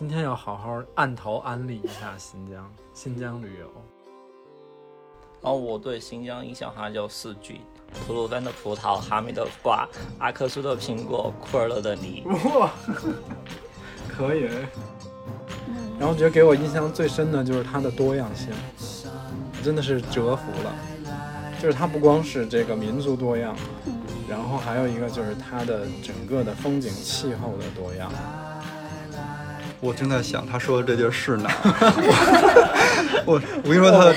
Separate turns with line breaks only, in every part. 今天要好好按头安利一下新疆，新疆旅游。
然后我对新疆印象好像就四句：吐鲁番的葡萄，哈密的瓜，阿克苏的苹果，库尔勒的梨。
哇，可以。然后觉得给我印象最深的就是它的多样性，真的是折服了。就是它不光是这个民族多样，然后还有一个就是它的整个的风景气候的多样。
我正在想他说的这地儿是哪儿。 我我跟你说他的，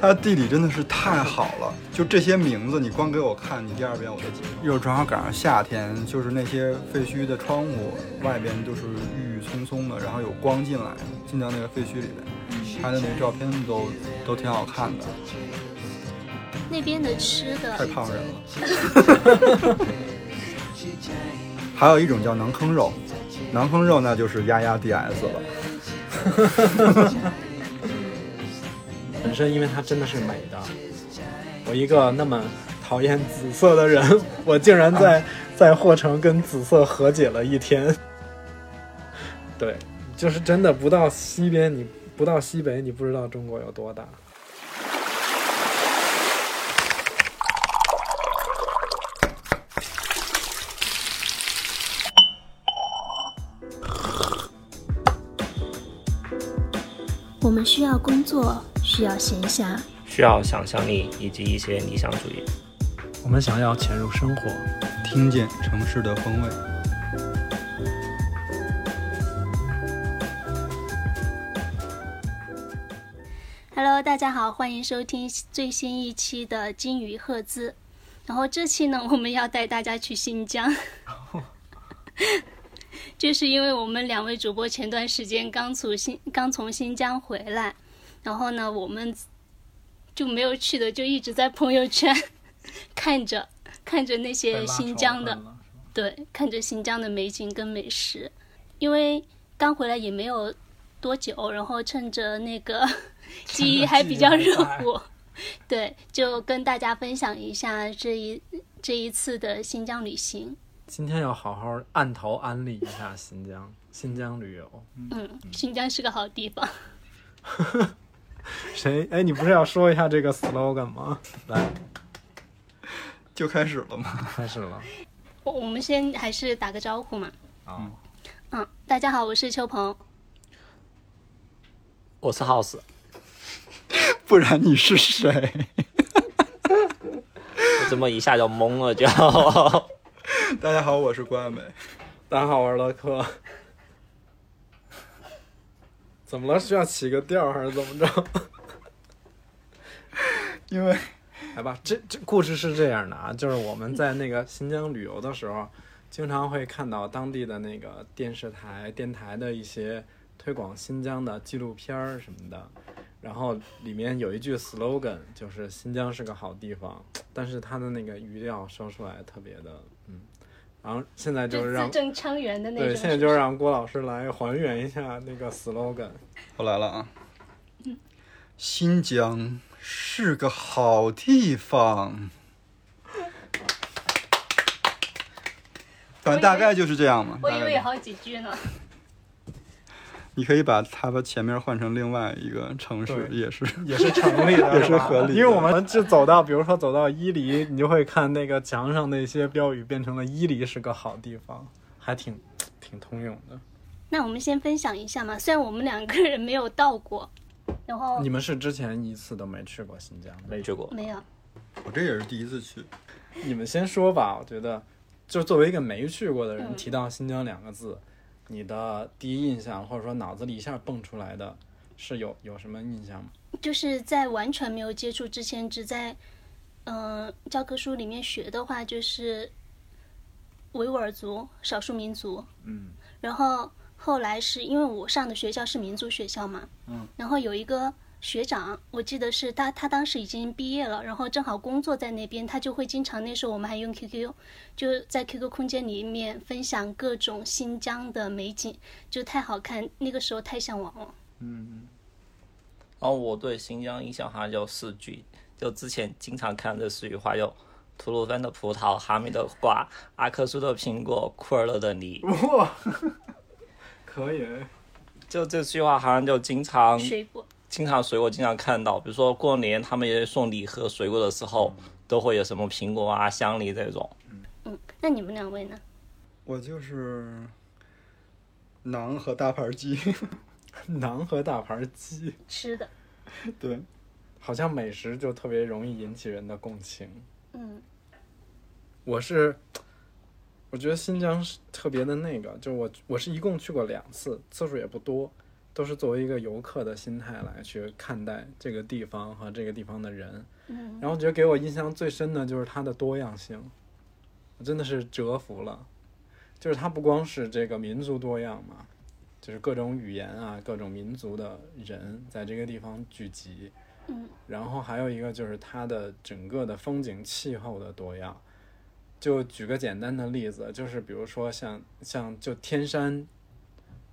他的地理真的是太好了。就这些名字，你光给我看，你第二遍我就记不住。又正好赶上夏天，就是那些废墟的窗户外边都是郁郁葱葱的，然后有光进来，进到那个废墟里边，拍的那个照片都都挺好看的，
那边的吃的
太胖人了。 还有一种叫馕坑肉，馕坑肉那就是丫丫 DS 了。
本身因为它真的是美的，我一个那么讨厌紫色的人，我竟然在在霍城跟紫色和解了一天。 对，就是真的不到西边你不到西北你不知道中国有多大。
我们需要工作，需要闲暇，
需要想象力以及一些理想主义。
我们想要潜入生活，
听见城市的风味。
Hello，大家好，欢迎收听最新一期的金鱼赫兹。然后这期呢， 我们要带大家去新疆， 就是因为我们两位主播前段时间刚从新刚从新疆回来，然后呢，我们就没有去的，就一直在朋友圈 看着看着那些新疆的，对，看着新疆的美景跟美食。因为刚回来也没有多久，然后趁着那个记忆还比较热乎，对，就跟大家分享一下这一这一次的新疆旅行。
今天要好好按头安利一下新疆，新疆旅游。
嗯，新疆是个好地方。
谁？哎，你不是要说一下这个 slogan 吗？来，
就开始了吗？
开始了。
我我们先还是打个招呼嘛。
啊、
嗯，大家好，我是秋鹏。
我是 House，
不然你是谁？
我怎么一下就懵了就？
大家好，我是关爱美。
大家好，我是乐克。 怎么了？需要起个调儿还是怎么 着？
因为
来哎吧，这这故事是这样的啊，就是我们在那个新疆旅游的时候，经常会看到当地的那个电视台、电台的一些推广新疆的纪录片儿什么的，然后里面有一句 slogan，就是“新疆是个好地方”，但是它的那个语调说出来特别的，嗯，然后现在就是让
字正腔圆的那种。
对，现在就是让郭老师来还原一下那个 slogan。
我来了啊。
嗯
新疆是个好地方。反正大概就是这样嘛。
我
大
以
概
为
嗯
有好几句呢。
你可以把它把前面换成另外一个城市，
对
也是。
也是成立 的，
也是合理的
因为我们就走到，比如说走到伊犁，你就会看那个墙上那些标语变成了“伊犁是个好地方”，还挺挺通用的。
那我们先分享一下嘛，虽然我们两个人没有到过，然后
你们是之前一次都没去过新疆吗？
没去过，
没有，
我这也是第一次去，
你们先说吧，我觉得，就作为一个没去过的人，
嗯
提到新疆两个字，你的第一印象或者说脑子里一下蹦出来的是有有什么印象吗？
就是在完全没有接触之前，只在嗯、呃教科书里面学的话，就是维吾尔族少数民族。
嗯，
然后后来是因为我上的学校是民族学校嘛，嗯，然后有一个学长，我记得是他，他当时已经毕业了，然后正好工作在那边，他就会经常那时候我们还用 QQ，就在 QQ 空间里面分享各种新疆的美景，就太好看，那个时候太向往了。
然后我对新疆印象好像就四句，就之前经常看这四句话，就吐鲁番的葡萄，哈密的瓜，阿克苏的苹果，库尔勒的梨。
哇，可 以，
就这句话好像就经常
水果。
经常水果经常看到，比如说过年他们也送礼盒水果的时候，都会有什么苹果啊、香梨这种。
嗯，那你们两位呢？
我就是馕和大盘鸡，
馕和大盘鸡，
吃的，
对，
好像美食就特别容易引起人的共情。
嗯，
我是，我觉得新疆是特别的那个，就我我是一共去过两次，次数也不多，都是作为一个游客的心态来去看待这个地方和这个地方的人。
嗯，
然后我觉得给我印象最深的就是它的多样性，我真的是折服了。就是它不光是这个民族多样嘛，就是各种语言啊、各种民族的人在这个地方聚集。
嗯，
然后还有一个就是它的整个的风景气候的多样。就举个简单的例子，就是比如说像像就天山，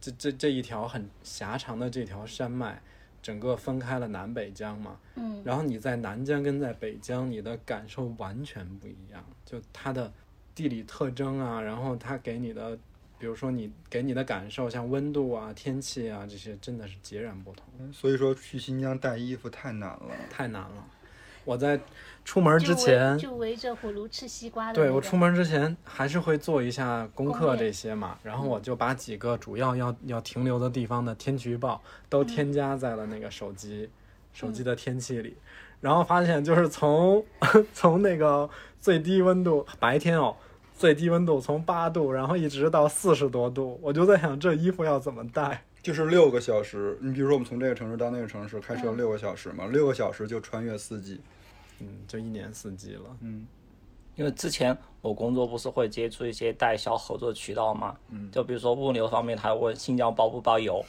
这这这一条很狭长的这条山脉，整个分开了南北疆嘛。
嗯。
然后你在南疆跟在北疆，你的感受完全不一样，就它的地理特征啊，然后它给你的，比如说你给你的感受，像温度啊、天气啊这些，真的是截然不同，
所以说去新疆带衣服太难了。
太难了。我在出门
就
之
围
前，
就围着葫芦吃西瓜的那个。
对我出门之前还是会做一下功
攻
课
略嗯
这些嘛，然后我就把几个主要要要停留的地方的天气预报
嗯
都添加在了那个手机、手机的天气里，然后发现就是从 从那个最低温度白天哦。最低温度从八度，然后一直到四十多度，我就在想这衣服要怎么带。
就是六个小时，你比如说我们从这个城市到那个城市开车六个小时嘛，六个小时就穿越四季。
嗯，就一年四季了。
嗯，
因为之前我工作不是会接触一些代销合作渠道嘛，就比如说物流方面，他问新疆包不包邮，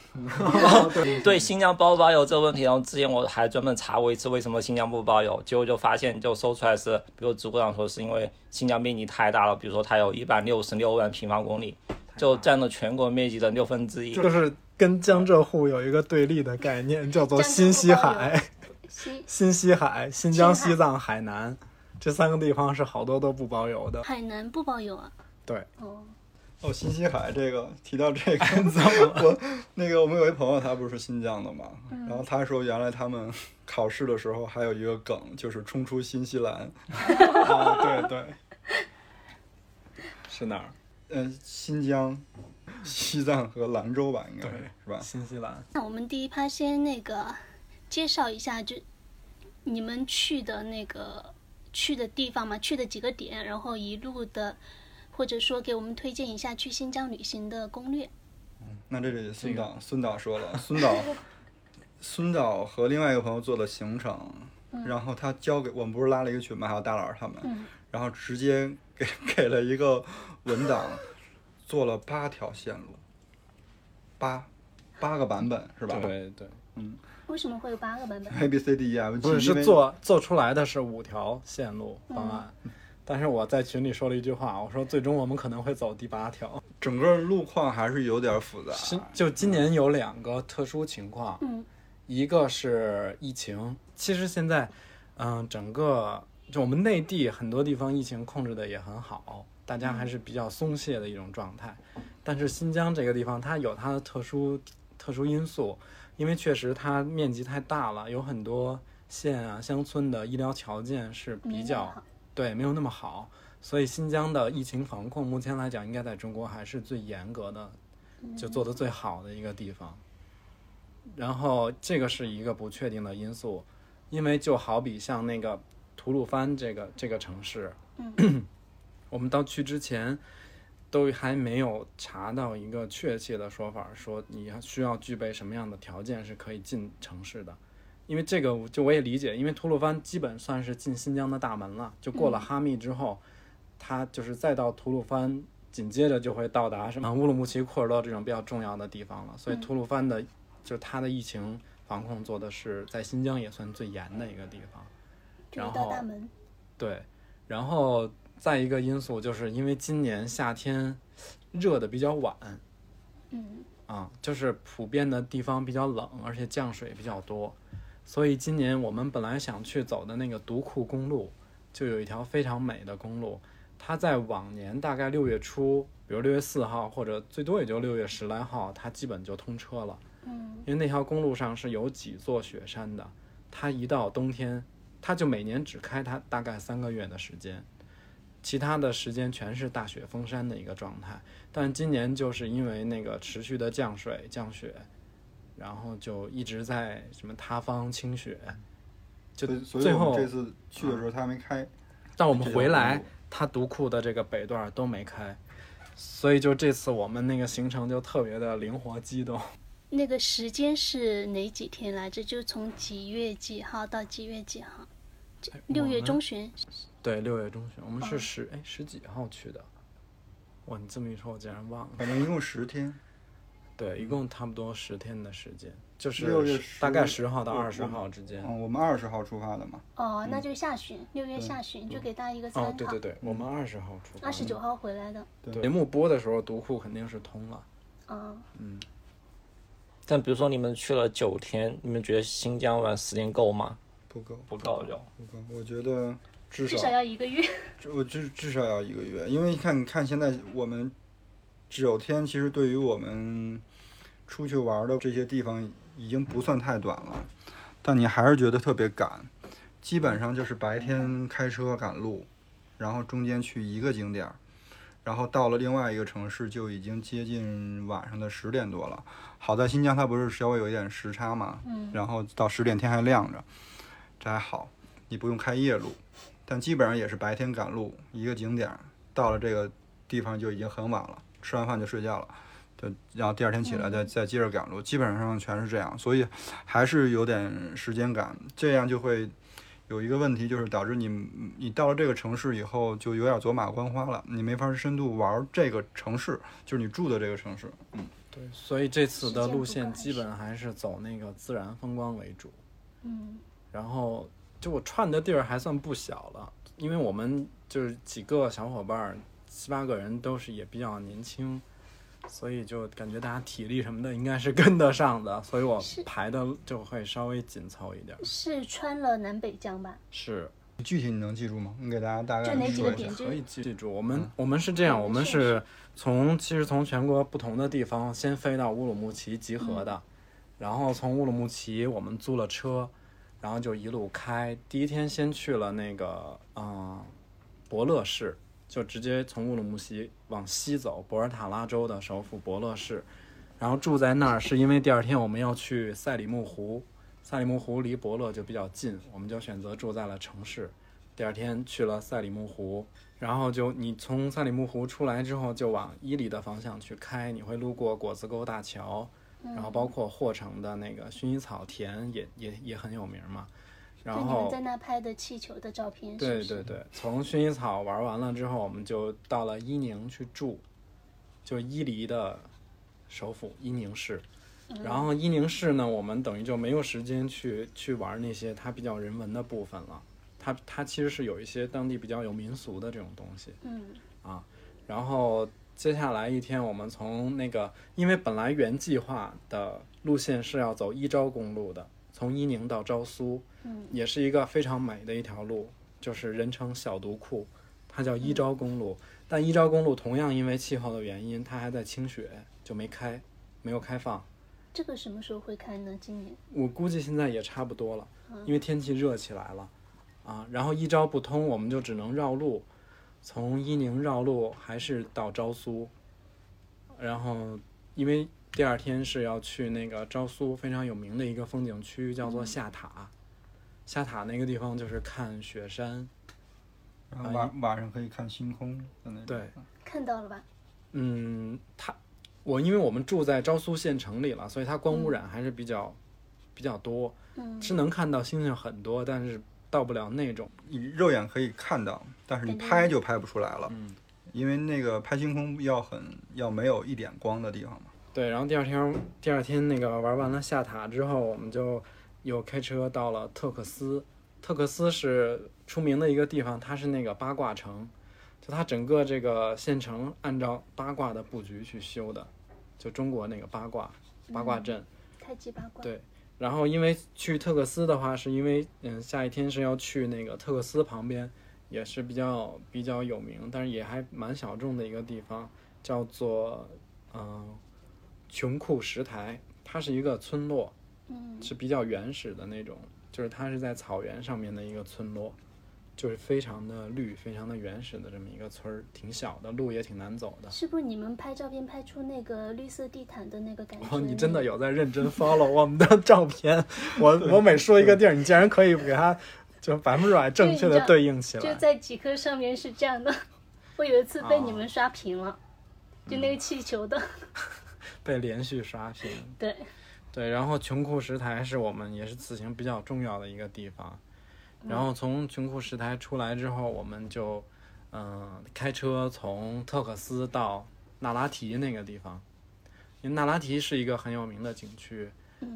对新疆包不包邮这个问题，然后之前我还专门查过一次为什么新疆不包邮，结果就发现就搜出来是，比如主管说是因为新疆面积太大了，比如说它有一百六十六万平方公里，就占了全国面积的六分之一，
就是跟江浙沪有一个对立的概念，叫做
江浙
新
沪
西
包邮
海。
西
新西海、新疆、
青海
西藏、海南这三个地方是好多都不包邮 的。
海南不包邮啊？
对，
哦，
哦，新西海这个提到这个，我那个我们有一朋友他不是新疆的嘛，然后他说原来他们考试的时候还有一个梗，就是冲出新西兰。
啊，对对，是哪儿？
嗯、新疆、西藏和兰州吧，应该是
对
是吧？
新西兰。
那我们第一趴先那个介绍一下，就你们去的那个去的地方嘛，去的几个点，然后一路的，或者说给我们推荐一下去新疆旅行的攻略。
那这里孙导，孙导说了， 孙导，孙导和另外一个朋友做的行程，然后他交给我们不是拉了一个群嘛，还有大佬他们，然后直接给给了一个文档，做了八条线路，八八个版本是吧
对对，
为什么会有八个版本？
？A B C D E F G，
不是
因为
是做做出来的是五条线路方案，但是我在群里说了一句话，我说最终我们可能会走第八条。
整个路况还是有点复杂，
新就今年有两个特殊情况，
嗯
一个是疫情，其实现在，嗯、整个就我们内地很多地方疫情控制的也很好，大家还是比较松懈的一种状态。但是新疆这个地方，它有它的特殊特殊因素，因为确实它面积太大了，有很多县啊、乡村的医疗条件是
没
比
那
较
么好
对，没有那么好。所以新疆的疫情防控，目前来讲，应该在中国还是最严格的，就做得最好的一个地方。然后这个是一个不确定的因素，因为就好比像那个吐鲁番这个这个城市，我们到去之前都还没有查到一个确切的说法，说你要需要具备什么样的条件是可以进城市的。因为这个，我就我也理解，因为吐鲁番基本算是进新疆的大门了，就过了哈密之后，它就是再到吐鲁番，紧接着就会到达什么乌鲁木齐、库尔勒这种比较重要的地方了。所
嗯
以吐鲁番的，就是它的疫情防控做的是在新疆也算最严的一个地方。
就是
然
到
后
大门，
对，然后再一个因素就是因为今年夏天热的比较晚
嗯，
啊，就是普遍的地方比较冷，而且降水比较多，所以今年我们本来想去走的那个独库公路，就有一条非常美的公路，它在往年大概六月初，比比如六月四号或者最多也就六月十来号，它基本就通车了。
嗯，
因为那条公路上是有几座雪山的，它一到冬天，它就每年只开它大概三个月的时间，其他的时间全是大雪封山的一个状态。但今年就是因为那个持续的降水、降雪，然后就一直在什么塌方、清雪，就
所以所以
最
我
后
们这次去的时候它还没开，
但我们回
这条
来
公路，
它独库的这个北段都没开，所以就这次我们那个行程就特别的灵活机动。
那个时间是哪几天来着？就从几月几号到几月几号？
哎
六月。
我
中
们
旬。
对，六月中旬，我们是
嗯
十哎十几号去的。哇，你这么一说，我竟然忘了。
反正一共十天，
对，一共差不多十天的时间，就是
6月
十大概
10
十号到
我
二十
我
号哦之间。
嗯，我们二十号出发的嘛，
哦，那就下旬，六月下旬，就给大家一个参考。
嗯哦，对对哦嗯对，我们二十号出发。
二十九。号回来的。
节目播的时候，独库肯定是通了。
嗯，
但比如说你们去了九天，你们觉得新疆玩时间够吗？
不够
不够就。
不够，我觉得至
至少要一个月。
至我至至少要一个月，因为你看，你看现在我们九天，其实对于我们出去玩的这些地方已经不算太短了，但你还是觉得特别赶，基本上就是白天开车赶路，然后中间去一个景点儿，然后到了另外一个城市就已经接近晚上的十点多了。好在新疆它不是稍微有一点时差嘛，
嗯，
然后到十点天还亮着，这还好，你不用开夜路，但基本上也是白天赶路，一个景点儿到了这个地方就已经很晚了，吃完饭就睡觉了，就然后第二天起来
嗯
再再接着赶路，基本上全是这样，所以还是有点时间感，这样就会。有一个问题就是导致你你到了这个城市以后就有点走马观花了，你没法深度玩这个城市，就是你住的这个城市。
对，所以这次
时
的
间
路
不
线
够还
基
是
本还是走那个自然风光为主。
嗯，
然后就我串的地儿还算不小了，因为我们就是几个小伙伴儿，七八个人都是也比较年轻，所以就感觉大家体力什么的应该是跟得上的，所以我
是
排的就会稍微紧凑一点。
是穿了南北疆吧？
是，
具体你能记住吗？你给大家大概
就哪几
说
个
一下
点。就
可以记住。我们我们是这样，
嗯
我们
确
是从其实从全国不同的地方先飞到乌鲁木齐集
嗯
合的，然后从乌鲁木齐我们租了车，然后就一路开。第一天先去了那个嗯博乐市，就直接从乌鲁木齐往西走，博尔塔拉州的首府博乐市。然后住在那儿是因为第二天我们要去赛里木湖，赛里木湖离博乐就比较近，我们就选择住在了城市。第二天去了赛里木湖，然后就你从赛里木湖出来之后，就往伊犁的方向去开，你会路过果子沟大桥，
嗯
然后包括霍城的那个薰衣草田也也也很有名嘛。然
就你
后
们在那拍的气球的照片，是
对
不是
对对，从薰衣草玩完了之后，我们就到了伊宁去住，就伊犁的首府伊宁市。
嗯
然后伊宁市呢，我们等于就没有时间去去玩那些它比较人文的部分了。它它其实是有一些当地比较有民俗的这种东西。
嗯，
然后接下来一天，我们从那个，因为本来原计划的路线是要走伊昭公路的，从伊宁到昭苏，
嗯，
也是一个非常美的一条路，就是人称小独库，它叫伊昭公路。但伊昭公路同样因为气候的原因，它还在清雪，就没开，没有开放。
这个什么时候会开呢？今年
我估计现在也差不多了，因为天气热起来了啊。然后一招不通，我们就只能绕路，从伊宁绕路还是到昭苏。然后，因为第二天是要去那个昭苏非常有名的一个风景区，叫做下塔。下塔那个地方就是看雪山，
然后晚晚上可以看星空的那种。
对，
看到了吧？
嗯，它我因为我们住在昭苏县城里了，所以它光污染还是比较、比较多，
嗯，
是能看到星星很多，但是到不了那种。
你肉眼可以看到，但是你拍就拍不出来了，
嗯
因为那个拍星空要很要没有一点光的地方嘛。
对，然后第二天，第二天那个玩完了下塔之后，我们就又开车到了特克斯。特克斯是出名的一个地方，它是那个八卦城，就它整个这个县城按照八卦的布局去修的，就中国那个八卦八卦阵。
太极八卦。
对然后因为去特克斯的话，是因为嗯下一天是要去那个特克斯旁边，也是比较比较有名，但是也还蛮小众的一个地方，叫做嗯、呃琼库石台，它是一个村落，
嗯
是比较原始的那种，就是它是在草原上面的一个村落，就是非常的绿、非常的原始的这么一个村儿，挺小的，路也挺难走的。
是不是你们拍照片拍出那个绿色地毯的那个感觉？
哦，你真的有在认真 follow 我们的照片，我我每说一个地儿，你竟然可以给它就百分之百正确
对你
的
知道
对应起
就
来。
在极客上面是这样的，我有一次被你
哦
们刷屏了，就
嗯
那个气球的，
被连续刷屏。
对，
对，然后琼库石台是我们也是此行比较重要的一个地方。然后从琼库石台出来之后，我们就嗯、开车从特克斯到纳拉提那个地方，因为纳拉提是一个很有名的景区，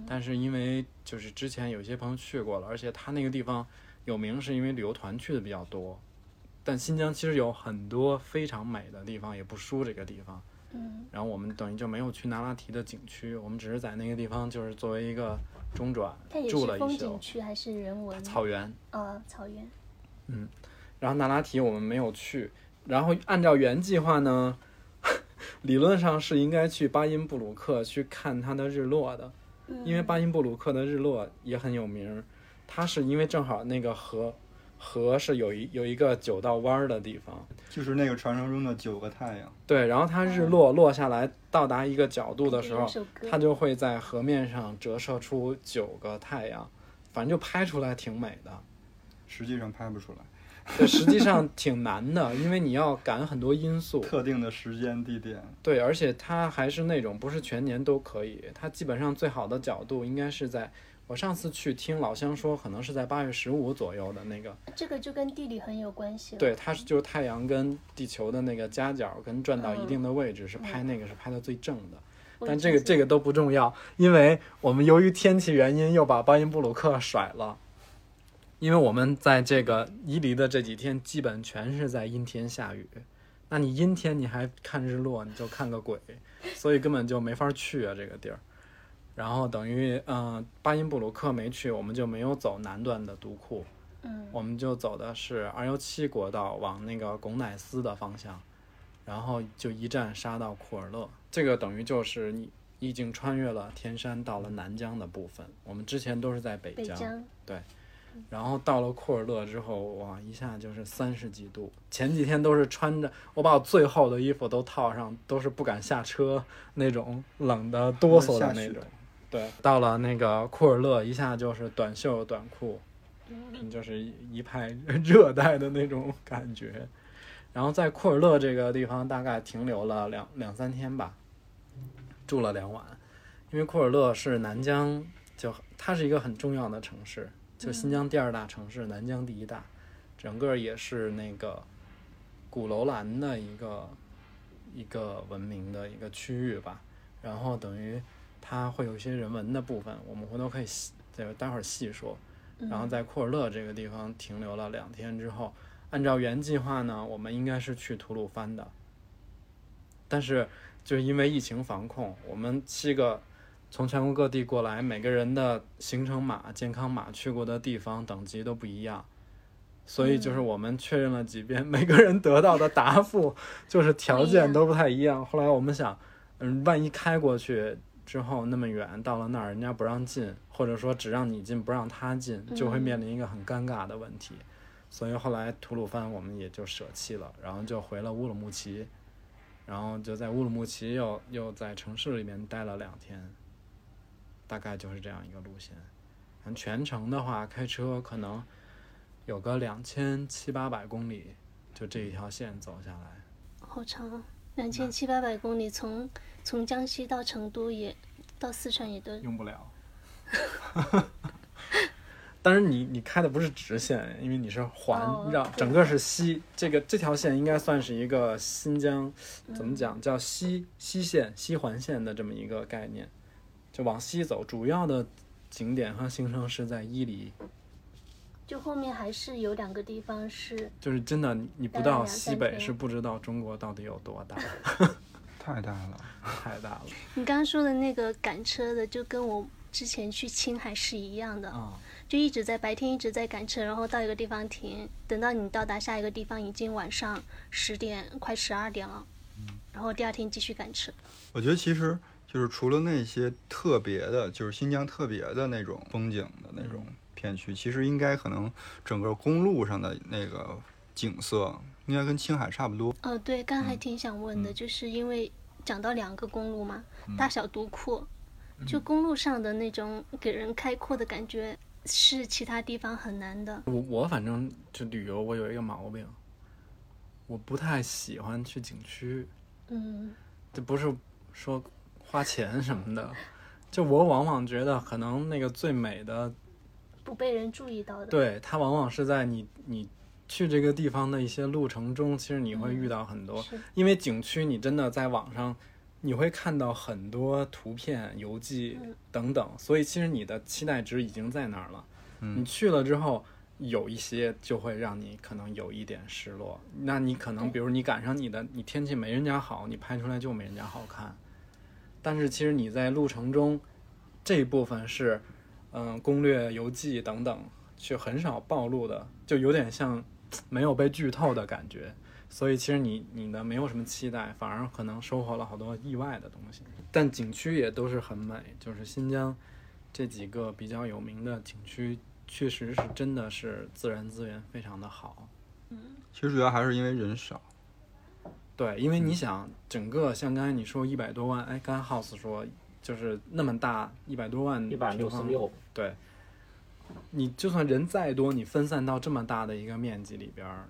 但是因为就是之前有些朋友去过了，而且它那个地方有名是因为旅游团去的比较多。但新疆其实有很多非常美的地方，也不输这个地方。
嗯
然后我们等于就没有去那拉提的景区，我们只是在那个地方就是作为一个中转
它也
住
是
了
风
一
景
宿。
区还是人文？
草原，
呃，草原。
然后那拉提我们没有去，然后按照原计划呢， 理论上是应该去巴音布鲁克去看它的日落的，因为巴音布鲁克的日落也很有名儿，它是因为正好那个河河是有一有一个九道弯儿的地方，
就是那个传说中的九个太阳，
对，然后它日落落下来到达一个角度的时候
有，首歌
它就会在河面上折射出九个太阳，反正就拍出来挺美的。
实际上拍不出来。
这实际上挺难的，因为你要赶很多因素。
特定的时间地点，
对，而且它还是那种不是全年都可以，它基本上最好的角度应该是在我上次去听老乡说，可能是在八月十五左右的那个。
这个就跟地理很有关系了。
对，它是就是太阳跟地球的那个夹角跟转到一定的位置，是拍那个是拍的最正的。
我
但
就
这个
是
这个都不重要，因为我们由于天气原因又把巴音布鲁克甩了，因为我们在这个伊犁的这几天基本全是在阴天下雨，那你阴天你还看日落，你就看个鬼，所以根本就没法去啊这个地儿。然后等于嗯、呃巴音布鲁克没去，我们就没有走南段的独库，
嗯，
我们就走的是二幺七国道往那个巩乃斯的方向，然后就一站杀到库尔勒。这个等于就是你已经穿越了天山，到了南疆的部分。我们之前都是在北
北
疆，
疆
然后到了库尔勒之后，哇，一下就是三十几度。前几天都是穿着我把我最厚的衣服都套上，都是不敢下车那种冷的哆嗦的那
下雪
种。对，到了那个库尔勒，一下就是短袖短裤，嗯就是一派热带的那种感觉。然后在库尔勒这个地方大概停留了两两三天吧，住了两晚，因为库尔勒是南疆，就它是一个很重要的城市，就新疆第二大城市，南疆第一大，整个也是那个古楼兰的一个一个文明的一个区域吧。然后等于它会有一些人文的部分，我们回头可以细，这待会儿细说。然后在库尔勒这个地方停留了两天之后，按照原计划呢，我们应该是去吐鲁番的，但是就是因为疫情防控，我们七个从全国各地过来，每个人的行程码、健康码、去过的地方等级都不一样。所以就是我们确认了几遍，每个人得到的答复就是条件都不太一样。后来我们想，嗯，万一开过去之后那么远，到了那儿人家不让进，或者说只让你进不让他进，就会面临一个很尴尬的问题。所以后来吐鲁番我们也就舍弃了，然后就回了乌鲁木齐，然后就在乌鲁木齐又又在城市里面待了两天，大概就是这样一个路线。反正全程的话，开车可能有个两千七八百公里，就这一条线走下来。
好长啊，两千七八百公里，从从江西到成都也，到四川也都
用不了。但是你你开的不是直线，因为你是环
哦
绕，
对
整个是西。这个这条线应该算是一个新疆怎么
嗯
讲叫西西线西环线的这么一个概念，就往西走。主要的景点和行程是在伊犁，
就后面还是有两个地方是
就是真的你你不
大概
到
两
西
三
北
天
是不知道中国到底有多 大，
太大了。
太大了
你刚刚说的那个赶车的，就跟我之前去青海是一样的，
啊、
就一直在白天一直在赶车，然后到一个地方停，等到你到达下一个地方已经晚上十点快十二点了，
嗯
然后第二天继续赶车。
我觉得其实就是除了那些特别的，就是新疆特别的那种风景的那种片区，其实应该可能整个公路上的那个景色应该跟青海差不多。
哦，对，
嗯
刚还挺想问的，就是因为讲到两个公路嘛，
嗯
大小独阔，就公路上的那种给人开阔的感觉是其他地方很难的。
我我反正就旅游，我有一个毛病，我不太喜欢去景区，
嗯，
这不是说花钱什么的，就我往往觉得可能那个最美
嗯
的，
不被人注意到的。
对它往往是在你你去这个地方的一些路程中，其实你会遇到很多，
嗯是
因为景区你真的在网上。你会看到很多图片、游记
嗯
等等，所以其实你的期待值已经在那儿了。
嗯
你去了之后，有一些就会让你可能有一点失落。那你可能，
对
比如你赶上你的你天气没人家好，你拍出来就没人家好看。但是其实你在路程中这一部分是，嗯、攻略、游记等等，却很少暴露的，就有点像没有被剧透的感觉。所以其实你你的没有什么期待，反而可能收获了好多意外的东西。但景区也都是很美，就是新疆这几个比较有名的景区，确实是真的是自然资源非常的好。
其实主要还是因为人少，
对，因为
嗯
你想，整个像刚才你说一百多万，哎，刚才 House 说就是那么大一百多万
一百
平
六十
方
六，
对，你就算人再多，你分散到这么大的一个面积里边儿，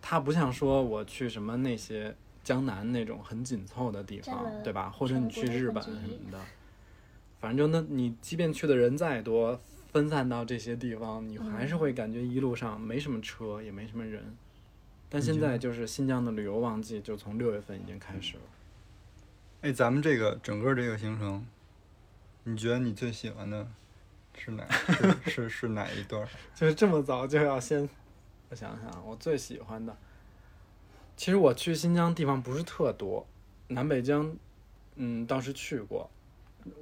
它不像说我去什么那些江南那种很紧凑的地方
占了，
对吧？或者你去日本
全
什
国的
么的，反正那你即便去的人再多，分散到这些地方，你还是
嗯
会感觉一路上没什么车，也没什么人。但现在就是新疆的旅游旺季，就从六月份已经开始了。
哎，咱们这个整个这个行程，你觉得你最喜欢的是哪是是是哪一段儿？
就是这么早就要先，我想想啊，我最喜欢的，其实我去新疆地方不是特多，南北疆，嗯，倒是去过。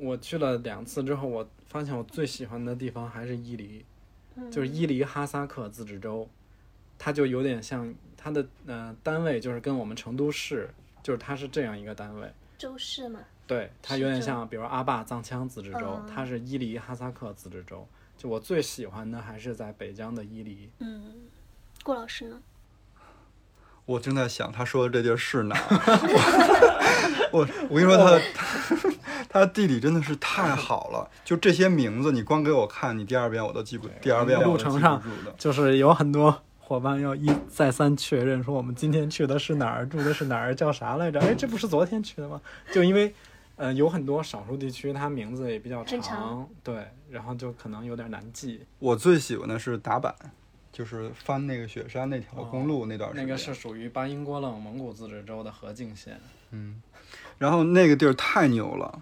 我去了两次之后，我发现我最喜欢的地方还是伊犁，
嗯
就是伊犁哈萨克自治州，它就有点像它的呃单位就是跟我们成都市，就是它是这样一个单位。
周市嘛，
对，它
是
有点
这
像，比如阿坝藏羌自治州
嗯，
它是伊犁哈萨克自治州。就我最喜欢的还是在北疆的伊犁，
嗯，顾老师呢？
我正在想，他说的这地儿是哪儿？ 我我我跟你说他，他他地理真的是太好了，就这些名字，你光给我看，你第二遍我都记不，第二遍我都
路
记
程
不
上
住的。
就是有很多伙伴要一再三确认说我们今天去的是哪儿，住的是哪儿，叫啥来着？哎，这不是昨天去的吗？就因为，呃，有很多少数地区它名字也比较
很长
对，然后就可能有点难记。
我最喜欢的是达坂，就是翻那个雪山那条公路那段时
那
间。
个是属于巴音郭楞蒙古自治州的河静县，
然后那个地儿太牛了，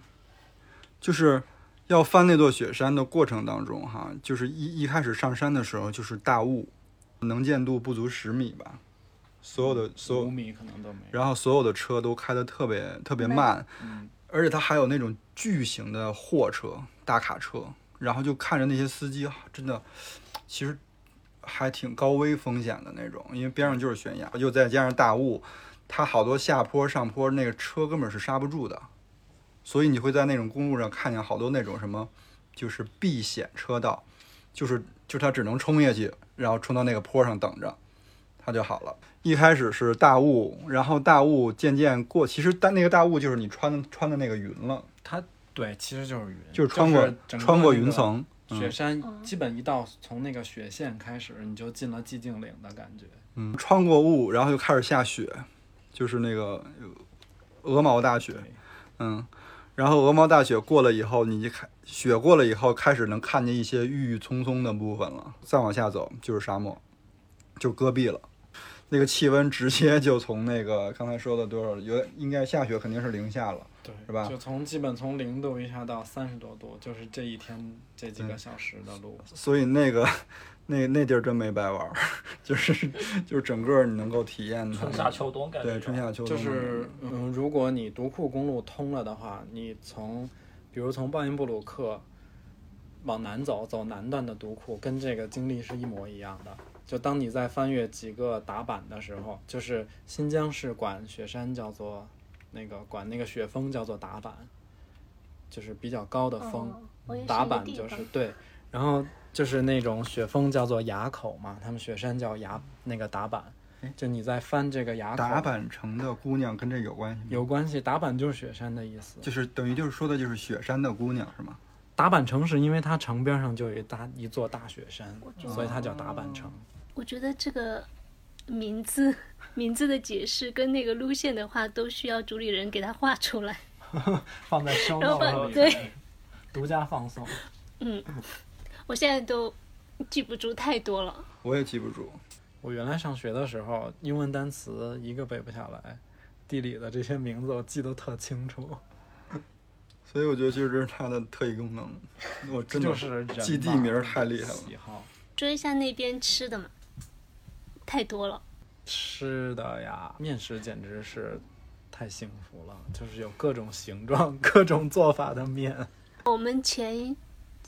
就是要翻那座雪山的过程当中，哈，就是一一开始上山的时候就是大雾，能见度不足十米吧，所有的所
五
有，
米可能都没有。
然后所有的车都开得特别特别慢，
嗯，
而且它还有那种巨型的货车、大卡车，然后就看着那些司机，啊真的，其实还挺高危风险的那种，因为边上就是悬崖，又再加上大雾，它好多下坡、上坡，那个车根本是刹不住的，所以你会在那种公路上看见好多那种什么，就是避险车道，就是就是它只能冲下去，然后冲到那个坡上等着。它就好了。一开始是大雾，然后大雾渐渐过，其实但那个大雾就是你穿穿的那个云了，
它对，其实就是云，
就是穿过、
整个
穿过
那个
云层。
雪山
嗯
基本一到从那个雪线开始，你就进了寂静岭的感觉。
嗯，穿过雾，然后就开始下雪，就是那个鹅毛大雪，嗯，然后鹅毛大雪过了以后，你一看雪过了以后，开始能看见一些郁郁葱葱的部分了。再往下走就是沙漠，就是戈壁了。那个气温直接就从那个刚才说的多少，有应该下雪肯定是零下了，
对，
是吧
就从基本从零度一下到三十多度，就是这一天这几个小时的路。
所以那个 那那地儿真没白玩儿， 就是就是整个你能够体验它
春夏秋冬感觉
对春夏秋冬
就
的那种
是，嗯，如果你独库公路通了的话，你从，比如从鲍因布鲁克往南走，走南段的独库，跟这个经历是一模一样的。就当你在翻阅几个打板的时候，就是新疆是管雪山叫做那个管那个雪峰叫做打板，就是比较高的峰。
哦我也是
打
一个
板
地
就是
方
对，然后就是那种雪峰叫做垭口嘛，他们雪山叫垭那个打板，就你在翻这个垭口，
打板城的姑娘跟这有关系吗？
有关系，打板就是雪山的意思。
就是等于就是说的就是雪山的姑娘是吗？
打板城是因为它城边上就有一大一座大雪山，所以它叫打板城。
我觉得这个名字名字的解释跟那个路线的话，都需要主理人给它画出来。
放在 show
然后
note 里
对
独家放送。
我现在都记不住太多了。
我也记不住。
我原来上学的时候，英文单词一个背不下来，地理的这些名字我记得特清楚。
所以我觉得就是这是它的特异功能，我真
就
的
是人
记地
吧
名儿太厉害了。
喜好
说一下那边吃的嘛，太多了。
吃的呀，面食简直是太幸福了，就是有各种形状、 各种做法的面。
我们前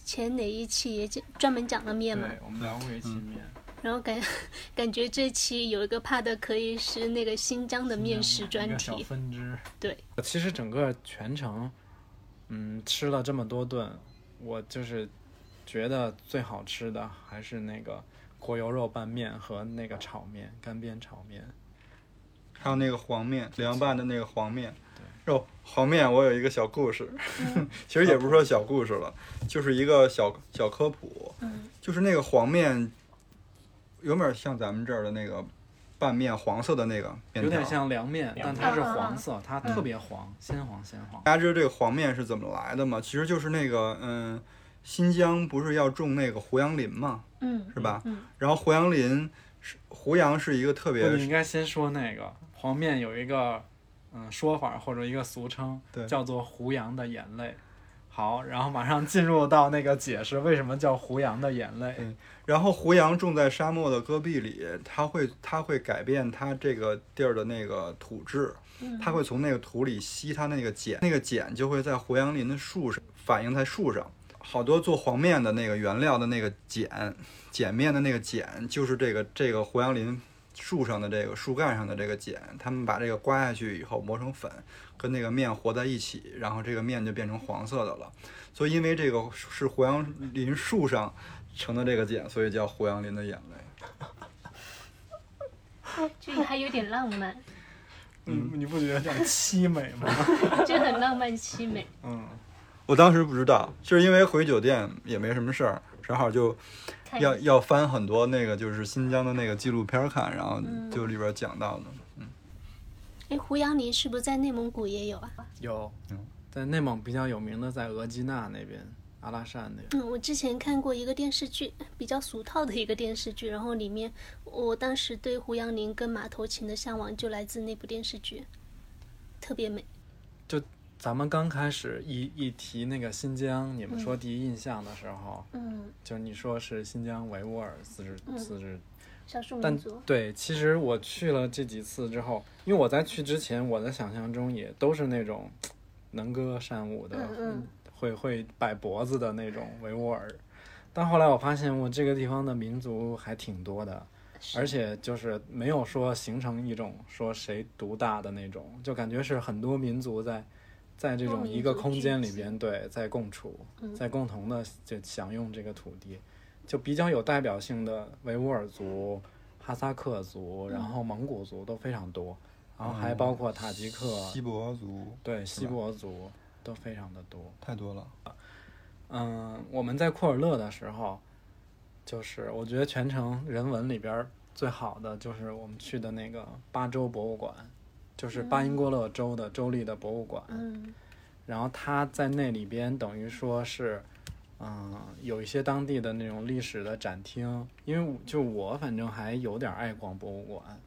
前哪一期也讲专门讲了面嘛，
对，我们聊过一期面，
然后感 感觉这期有一个怕的可以是那个新疆的面食
一
专
个小
题，
分支。
对，
其实整个全程，嗯，吃了这么多顿，我就是觉得最好吃的还是那个锅油肉拌面和那个炒面，干煸炒面。
还有那个黄面，凉拌的那个黄面。肉黄面，我有一个小故事，
嗯
其实也不是说小故事了，就是一个小小科普。
嗯
就是那个黄面，有点像咱们这儿的那个拌面，黄色的那个面条。
有点像凉面，嗯但它是
嗯嗯嗯
黄色，它特别黄，鲜黄鲜黄。
大家知道这个黄面是怎么来的吗？其实就是那个，嗯，新疆不是要种那个胡杨林吗？
嗯，
是吧？
嗯
然后胡杨林是胡杨是一个特别
不，你应该先说那个黄面有一个嗯说法或者一个俗称
对，
叫做“胡杨的眼泪”。好，然后马上进入到那个解释为什么叫胡杨的眼泪。
嗯然后胡杨种在沙漠的戈壁里，它会它会改变它这个地儿的那个土质，它会从那个土里吸它那个碱，那个碱就会在胡杨林的树上反映在树上。好多做黄面的那个原料的那个碱，碱面的那个碱，就是这个这个胡杨林树上的这个树干上的这个碱，他们把这个刮下去以后磨成粉，跟那个面和在一起，然后这个面就变成黄色的了。所以因为这个是胡杨林树上成的这个茧，所以叫胡杨林的眼泪。
这个还有点浪漫，
嗯，你不觉得这样凄美吗？
这很浪漫凄美。
嗯，
我当时不知道，就是因为回酒店也没什么事儿，正好就
哎
看
要要翻很多那个就是新疆的那个纪录片儿看，然后就里边讲到的。
哎，胡杨林是不是在内蒙古也有啊？
有
嗯，
在内蒙比较有名的，在额济纳那边，阿拉善那边。
嗯，我之前看过一个电视剧，比较俗套的一个电视剧，然后里面我当时对胡杨林跟马头琴的向往就来自那部电视剧，特别美。
咱们刚开始一一提那个新疆，你们说第一印象的时候，
嗯，
就是你说是新疆维吾尔自治
嗯
自治
少数
但
民族。
对，其实我去了这几次之后，因为我在去之前，我的想象中也都是那种能歌善舞的，
嗯嗯
会会摆脖子的那种维吾尔。但后来我发现，我这个地方的民族还挺多的，而且就是没有说形成一种说谁独大的那种，就感觉是很多民族在在这
多
种
民
一个
族
空
聚
间里
集
边，对，在共处，
嗯
在共同的就享用这个土地。就比较有代表性的维吾尔族、哈萨克族，然后蒙古族都非常多，然后还包括塔吉克，
锡伯族
对
哦是
锡
吧
伯族都非常的多。
太多了，
嗯，我们在库尔勒的时候，就是我觉得全程人文里边儿最好的就是我们去的那个巴州博物馆，就是巴音郭勒州的州立的博物馆。
嗯，
然后他在那里边等于说是，嗯、有一些当地的那种历史的展厅，因为我就我反正还有点爱逛博物馆，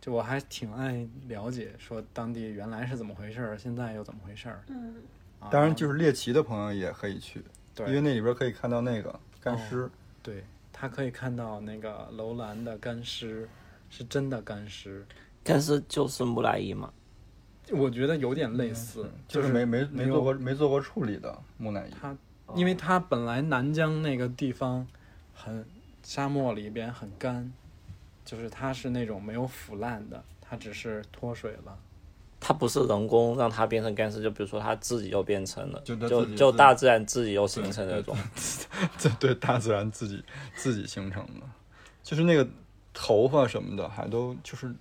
就我还挺爱了解说当地原来是怎么回事儿，现在又怎么回事儿。
嗯，
啊、
当然就是猎奇的朋友也可以去，因为
对
那里边可以看到那个干尸，
对，他可以看到那个楼兰的干尸，是真的干尸，
但是就是木乃伊嘛，
我觉得有点类似，
嗯就是
是
没没没啊
有
做过没做过处理的木乃伊。
他因为它本来南疆那个地方很沙漠里边很干，就是它是那种没有腐烂的，它只是脱水了。
它不是人工让它变成干尸，就比如说它自己就变成了，
就它
就
自己
就
自
大自然自己又形成那种。
这 对大自然自己自己形成的，就是那个头发什么的还都就是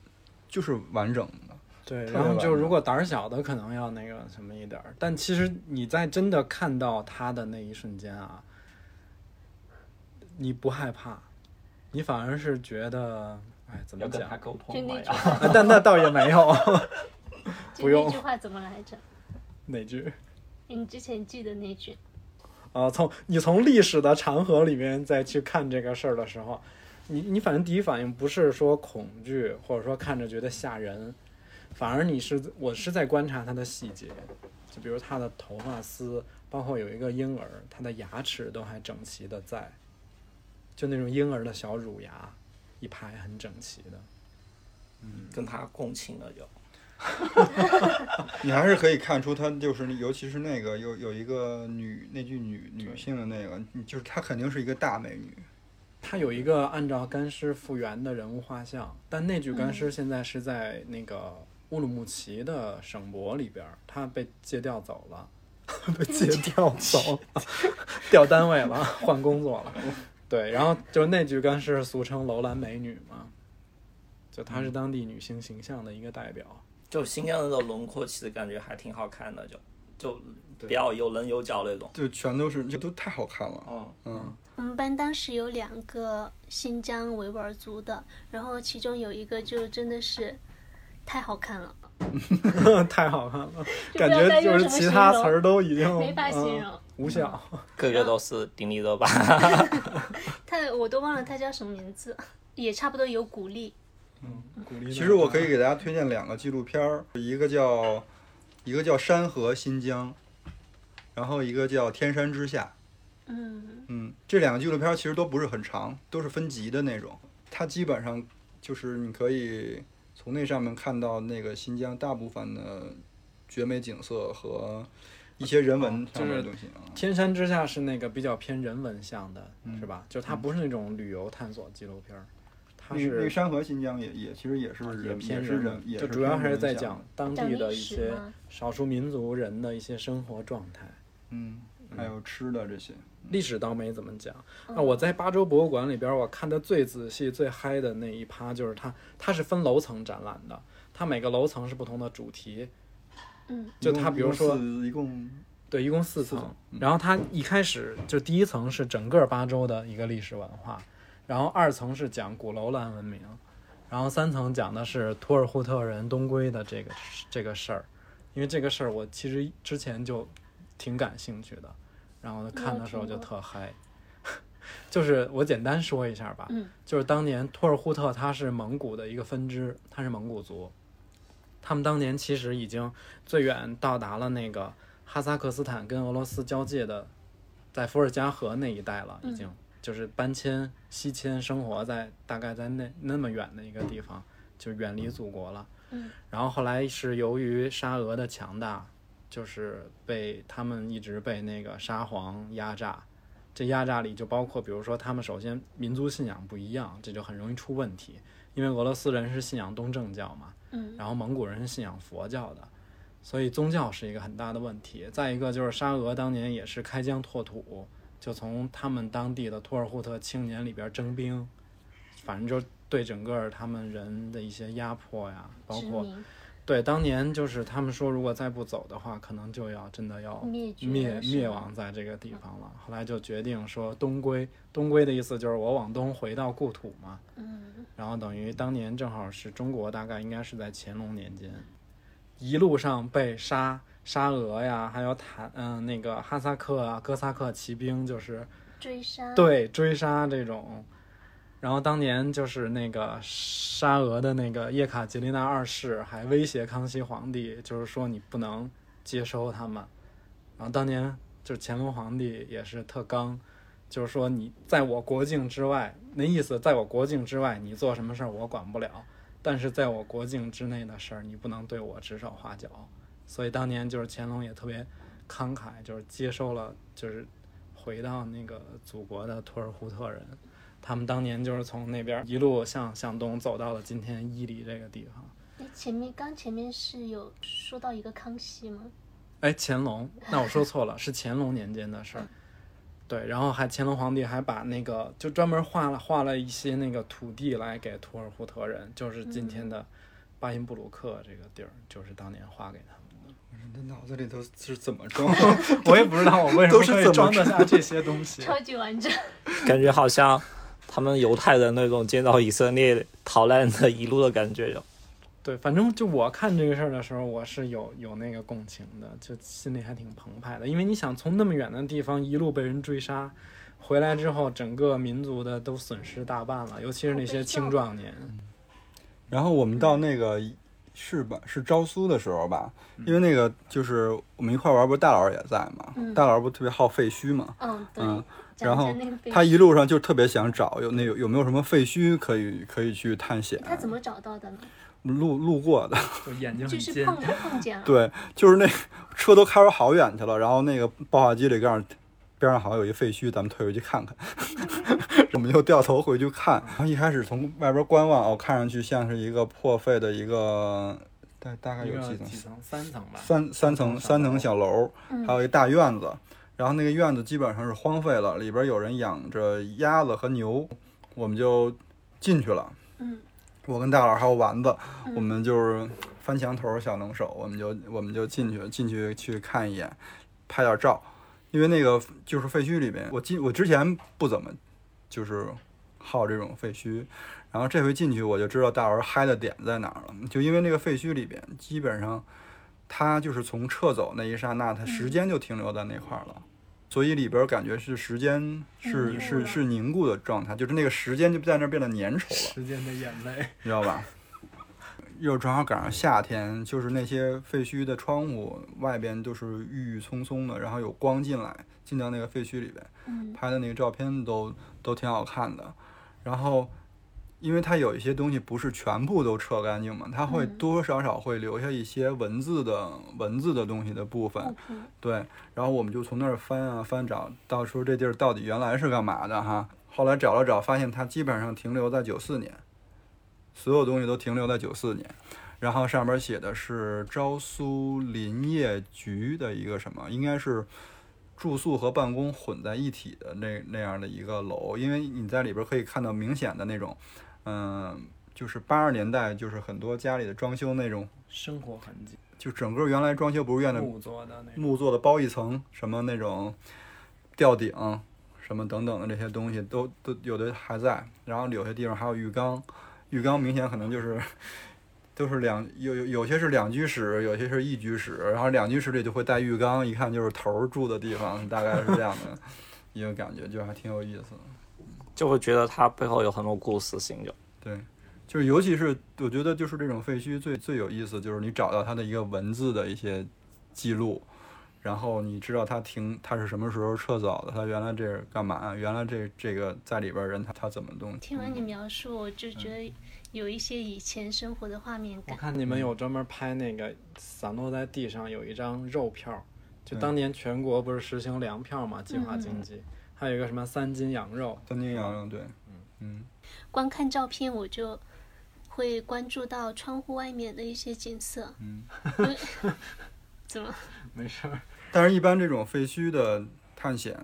就是完整的，
对，
特别
然后
完
就
整
如果胆儿小的可能要那个什么一点儿，但其实你在真的看到它的那一瞬间啊，你不害怕，你反而是觉得，哎，怎么讲？
沟
就那句
啊 但那倒也没有
就
不用
那句话怎么来着？
哪句
你之前记得那句？
啊，从你从历史的长河里面再去看这个事儿的时候，你你反正第一反应不是说恐惧，或者说看着觉得吓人，反而你是我是在观察它的细节，就比如它的头发丝，包括有一个婴儿，它的牙齿都还整齐的在，就那种婴儿的小乳牙，一排很整齐的。
跟它共情了就。
你还是可以看出他就是，尤其是那个有有一个女那具女女性的那个，你就是她肯定是一个大美女，
它有一个按照干尸复原的人物画像，但那具干
嗯
尸现在是在那个乌鲁木齐的省博里边儿，它被借调走 了，被借调走了，调单位了，换工作 了。对，然后就是那具干尸俗称楼兰美女嘛，就她是当地女性形象的一个代表。
就新疆人的轮廓，其实感觉还挺好看的，就就比较有棱有角那种。
就全都是就都太好看了，
嗯，
嗯，
我们班当时有两个新疆维吾尔族的，然后其中有一个就真的是太好看了，
太好看了，
嗯就
感
不要再
觉
用
就是
什么
其
形
他词
容
儿都已经
没法形容
嗯。无效。
个个都是顶礼热巴。
他我都忘了他叫什么名字，也差不多有鼓励。嗯
鼓励大家
其实我可以给大家推荐两个纪录片儿，一个叫一个叫《山河新疆》，然后一个叫《天山之下》。
嗯，
嗯，这两个纪录片儿其实都不是很长，都是分集的那种。它基本上就是你可以从那上面看到那个新疆大部分的绝美景色和一些人
哦
文上面的东西啊。
天山之下是那个比较偏人文向的，
嗯
是吧？就它不是那种旅游探索纪录片儿，它
那个那
是
个山河新疆也也其实也是
也
人
偏
也是
人
人
文，
也
就是主要
偏
还是
人
在
向
讲
的
当
讲
地的
历
一
史
些
吗？
少数民族人的一些生活状态。
嗯，还有吃的这些。
历史倒没怎么讲。
嗯
那我在巴州博物馆里边儿，我看的最仔细、最嗨的那一趴，就是它，它是分楼层展览的，它每个楼层是不同的主题。
嗯，
就
一共
它比如
一共
说，
四一共
对，一共四层。嗯然后它一开始就第一层是整个巴州的一个历史文化，然后二层是讲古楼兰文明，然后三层讲的是土尔扈特人东归的这个这个事儿，因为这个事儿我其实之前就挺感兴趣的，然后看的时候就特嗨。 就是我简单说一下吧，
嗯
就是当年土尔扈特他是蒙古的一个分支，他是蒙古族，他们当年其实已经最远到达了那个哈萨克斯坦跟俄罗斯交界的，在伏尔加河那一带了，已经、就是搬迁、西迁，生活在大概在那那么远的一个地方，就远离祖国了。
嗯，
然后后来是由于沙俄的强大，就是被他们一直被那个沙皇压榨。这压榨里就包括，比如说他们首先民族信仰不一样，这就很容易出问题，因为俄罗斯人是信仰东正教嘛，
嗯，
然后蒙古人是信仰佛教的，所以宗教是一个很大的问题。再一个就是沙俄当年也是开疆拓土，就从他们当地的托尔扈特青年里边征兵，反正就对整个他们人的一些压迫呀，包
殖
括
民
对当年就是他们说如果再不走的话，可能就要真的要
灭绝
灭
了是吗
灭亡在这个地方了。后来就决定说东归，东归的意思就是我往东回到故土嘛。
嗯，
然后等于当年正好是中国，大概应该是在乾隆年间，一路上被沙沙俄呀，还有塔嗯、那个哈萨克啊、哥萨克骑兵，就是
追杀，
对追杀这种。然后当年就是那个沙俄的那个叶卡捷琳娜二世还威胁康熙皇帝，就是说你不能接收他们。然后当年就是乾隆皇帝也是特刚，就是说你在我国境之外，那意思在我国境之外，你做什么事儿我管不了，但是在我国境之内的事儿，你不能对我指手画脚。所以当年就是乾隆也特别慷慨，就是接收了就是回到那个祖国的土尔扈特人，他们当年就是从那边一路向向东走到了今天伊犁这个地方。
哎，前面刚前面是有说到一个康熙吗？
哎，乾隆，那我说错 了，是乾隆年间的事儿。对，然后还乾隆皇帝还把那个就专门划了划了一些那个土地来给土尔扈特人，就是今天的巴音布鲁克这个地儿，就是当年划给他们。
你的脑子里头是怎么 装？
我也不知道我为什么
嗯都是怎
会
么
装得下 这些东西。
超级完 整。
感觉好像他们犹太人那种见到以色列逃难的一路的感觉有。
对，反正就我看这个事儿的时候，我是有有那个共情的，就心里还挺澎湃的。因为你想，从那么远的地方一路被人追杀，回来之后，整个民族的都损失大半了，尤其是那些青壮年。
然后我们到那个是吧？是昭苏的时候吧，因为那个就是我们一块玩，不是大佬也在嘛？
嗯
大佬不特别好废墟嘛？
嗯，对。
嗯
讲
然后
一下那个背
他
景
一路上就特别想找有那有有没有什么废墟可以可以去探险，
他怎么找到的呢？
路路过的，
就眼睛
就
很
是
尖
碰。碰见了。
对，就是那车都开出好远去了，然后那个爆话机里盖儿边上好像有一废墟，咱们退回去看看。我们就掉头回去看，然后一开始从外边观望，哦，看上去像是一个破废的一个大大概
一
有
个
几层
几层？三层吧。
三三
三
层三
层
层
小
小楼，
嗯
还有一大院子。然后那个院子基本上是荒废了，里边有人养着鸭子和牛，我们就进去了。
嗯，
我跟大佬还有丸子，
嗯
我们就是翻墙头小能手，我们就我们就进去进去去看一眼，拍点照。因为那个就是废墟里面，我进我之前不怎么就是好这种废墟，然后这回进去我就知道大伙儿嗨的点在哪儿了。就因为那个废墟里边，基本上它就是从撤走那一刹那，它时间就停留在那块儿了，所以里边儿感觉是时间是、
凝固
是
了
是凝固的状态，就是那个时间就在那儿变得粘稠了。
时间的眼泪。
你知道吧？又正好赶上夏天，就是那些废墟的窗户外边都是郁郁葱葱的，然后有光进来，进到那个废墟里边，
嗯
拍的那个照片都都挺好看的。然后，因为它有一些东西不是全部都撤干净嘛，它会
嗯
多多少少会留下一些文字的文字的东西的部分。对，然后我们就从那儿翻啊翻找，到时候这地儿到底原来是干嘛的哈。后来找了找，发现它基本上停留在九四年，所有东西都停留在九四年。然后上面写的是昭苏林业局的一个什么，应该是住宿和办公混在一起的那那样的一个楼，因为你在里边可以看到明显的那种，嗯、就是八十年代就是很多家里的装修那种，
生活痕迹，
就整个原来装修不是院子
木做的那种。
木做的包一层，什么那种吊顶，啊什么等等的这些东西都都有的还在，然后有些地方还有浴缸，浴缸明显可能就是 都是两有有有些是两居室，有些是一居室，然后两居室里就会带浴缸，一看就是头儿住的地方，大概是这样的一个感觉，就还挺有意思的。
就会觉得它背后有很多故事性，就
对，就是尤其是我觉得就是这种废墟最最有意思，就是你找到它的一个文字的一些记录，然后你知道它停它是什么时候撤走的，它原来这是干嘛，原来这这个在里边儿人他他怎么嗯动。
听完你描述，我就觉得有一些以前生活的画面
我
感。
看你们有专门拍那个散落在地上有一张肉票，就
对
当年全国不是实行粮票嘛，计划经
嗯
济，还有一个什么三斤羊肉，
三斤羊肉对，嗯
光看照片，我就会关注到窗户外面的一些景色。
嗯，
怎么？
没事儿。
但是一般这种废墟的探险。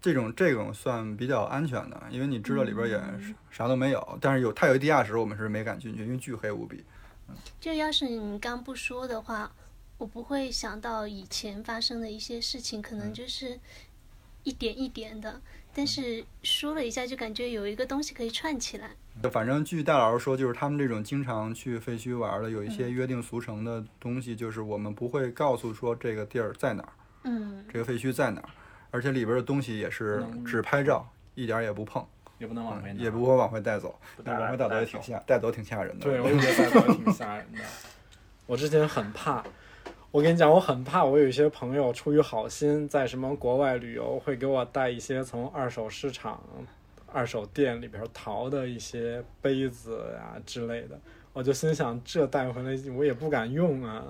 这种这种算比较安全的，因为你知道里边儿也
嗯
啥都没有。但是有它有一地下室，我们是没敢进去，因为巨黑无比。
就要是你们刚不说的话，我不会想到以前发生的一些事情，可
嗯
能就是一点一点的。但是说了一下，就感觉有一个东西可以串起来。
就反正据大老师说，就是他们这种经常去废墟玩儿的，有一
嗯
些约定俗成的东西，就是我们不会告诉说这个地儿在哪儿，
嗯，
这个废墟在哪儿，而且里边儿的东西也是
能
只拍照，一点儿也不碰，
也不能往回
嗯
拿，
也不会往回带走。
带
但往回带走也
带
挺
走
吓，带走挺吓人的。
对，我也觉得带走挺吓人的。我之前很怕，我跟你讲，我很怕。我有一些朋友出于好心，在什么国外旅游，会给我带一些从二手市场、二手店里边淘的一些杯子啊之类的。我就心想，这带回来我也不 敢用啊，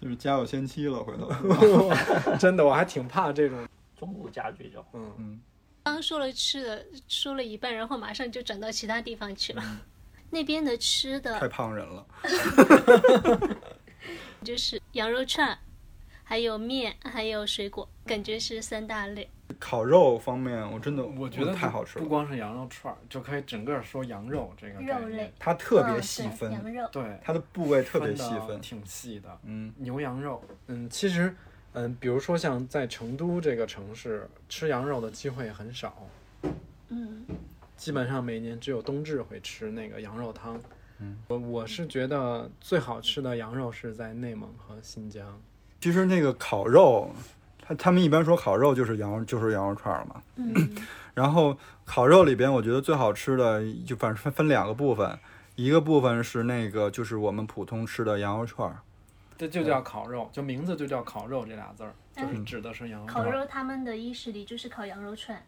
就是家有仙妻了，回头。
真的，我还挺怕这种。
中古家具这种。
嗯
嗯，
刚说了吃的，说了一半，然后马上就转到其他地方去了。 那边的吃
太
的
胖人了。
就是羊肉串，还有面，还有水果，感觉是三大类。
烤肉方面，我真的
我觉得
太好吃
不
了，
光是羊肉串儿，就可以整个说羊肉这个概
肉
念
类，
它特别
嗯
细
对
分，
羊肉，
对，
它的部位特别细
分得
分。
挺细的。
嗯，
牛羊肉，嗯，其实，嗯，比如说像在成都这个城市，吃羊肉的机会很少，
嗯，
基本上每年只有冬至会吃那个羊肉汤。嗯，我我是觉得最好吃的羊肉是在内蒙和新疆。
其实那个烤肉，他他们一般说烤肉就是羊肉就是羊肉串儿嘛。
嗯，
然后烤肉里边，我觉得最好吃的就反正分分两个部分，一个部分是那个就是我们普通吃的羊肉串儿，
这就叫烤肉，就名字就叫烤肉这俩字儿，就是指的是羊肉
嗯烤
串。
肉他们的意识里就是烤羊肉串。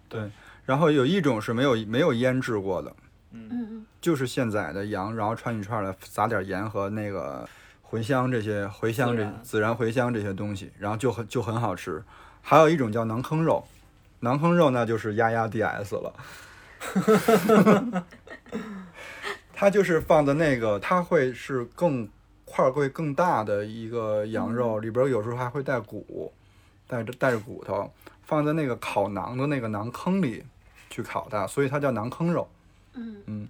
然后有一种是没有没有腌制过的，
嗯嗯，
就是现宰的羊，然后穿一串来，撒点盐和那个茴香这些茴香
孜
这
然
孜然茴香这些东西，然后就很就很好吃。还有一种叫馕坑肉，馕坑肉那就是丫丫 DS 了， 它就是放的那个，它会是更块儿会更大的一个羊
嗯
肉，里边有时候还会带骨，带着带着骨头，放在那个烤馕的那个馕坑里去烤它，所以它叫馕坑肉。
嗯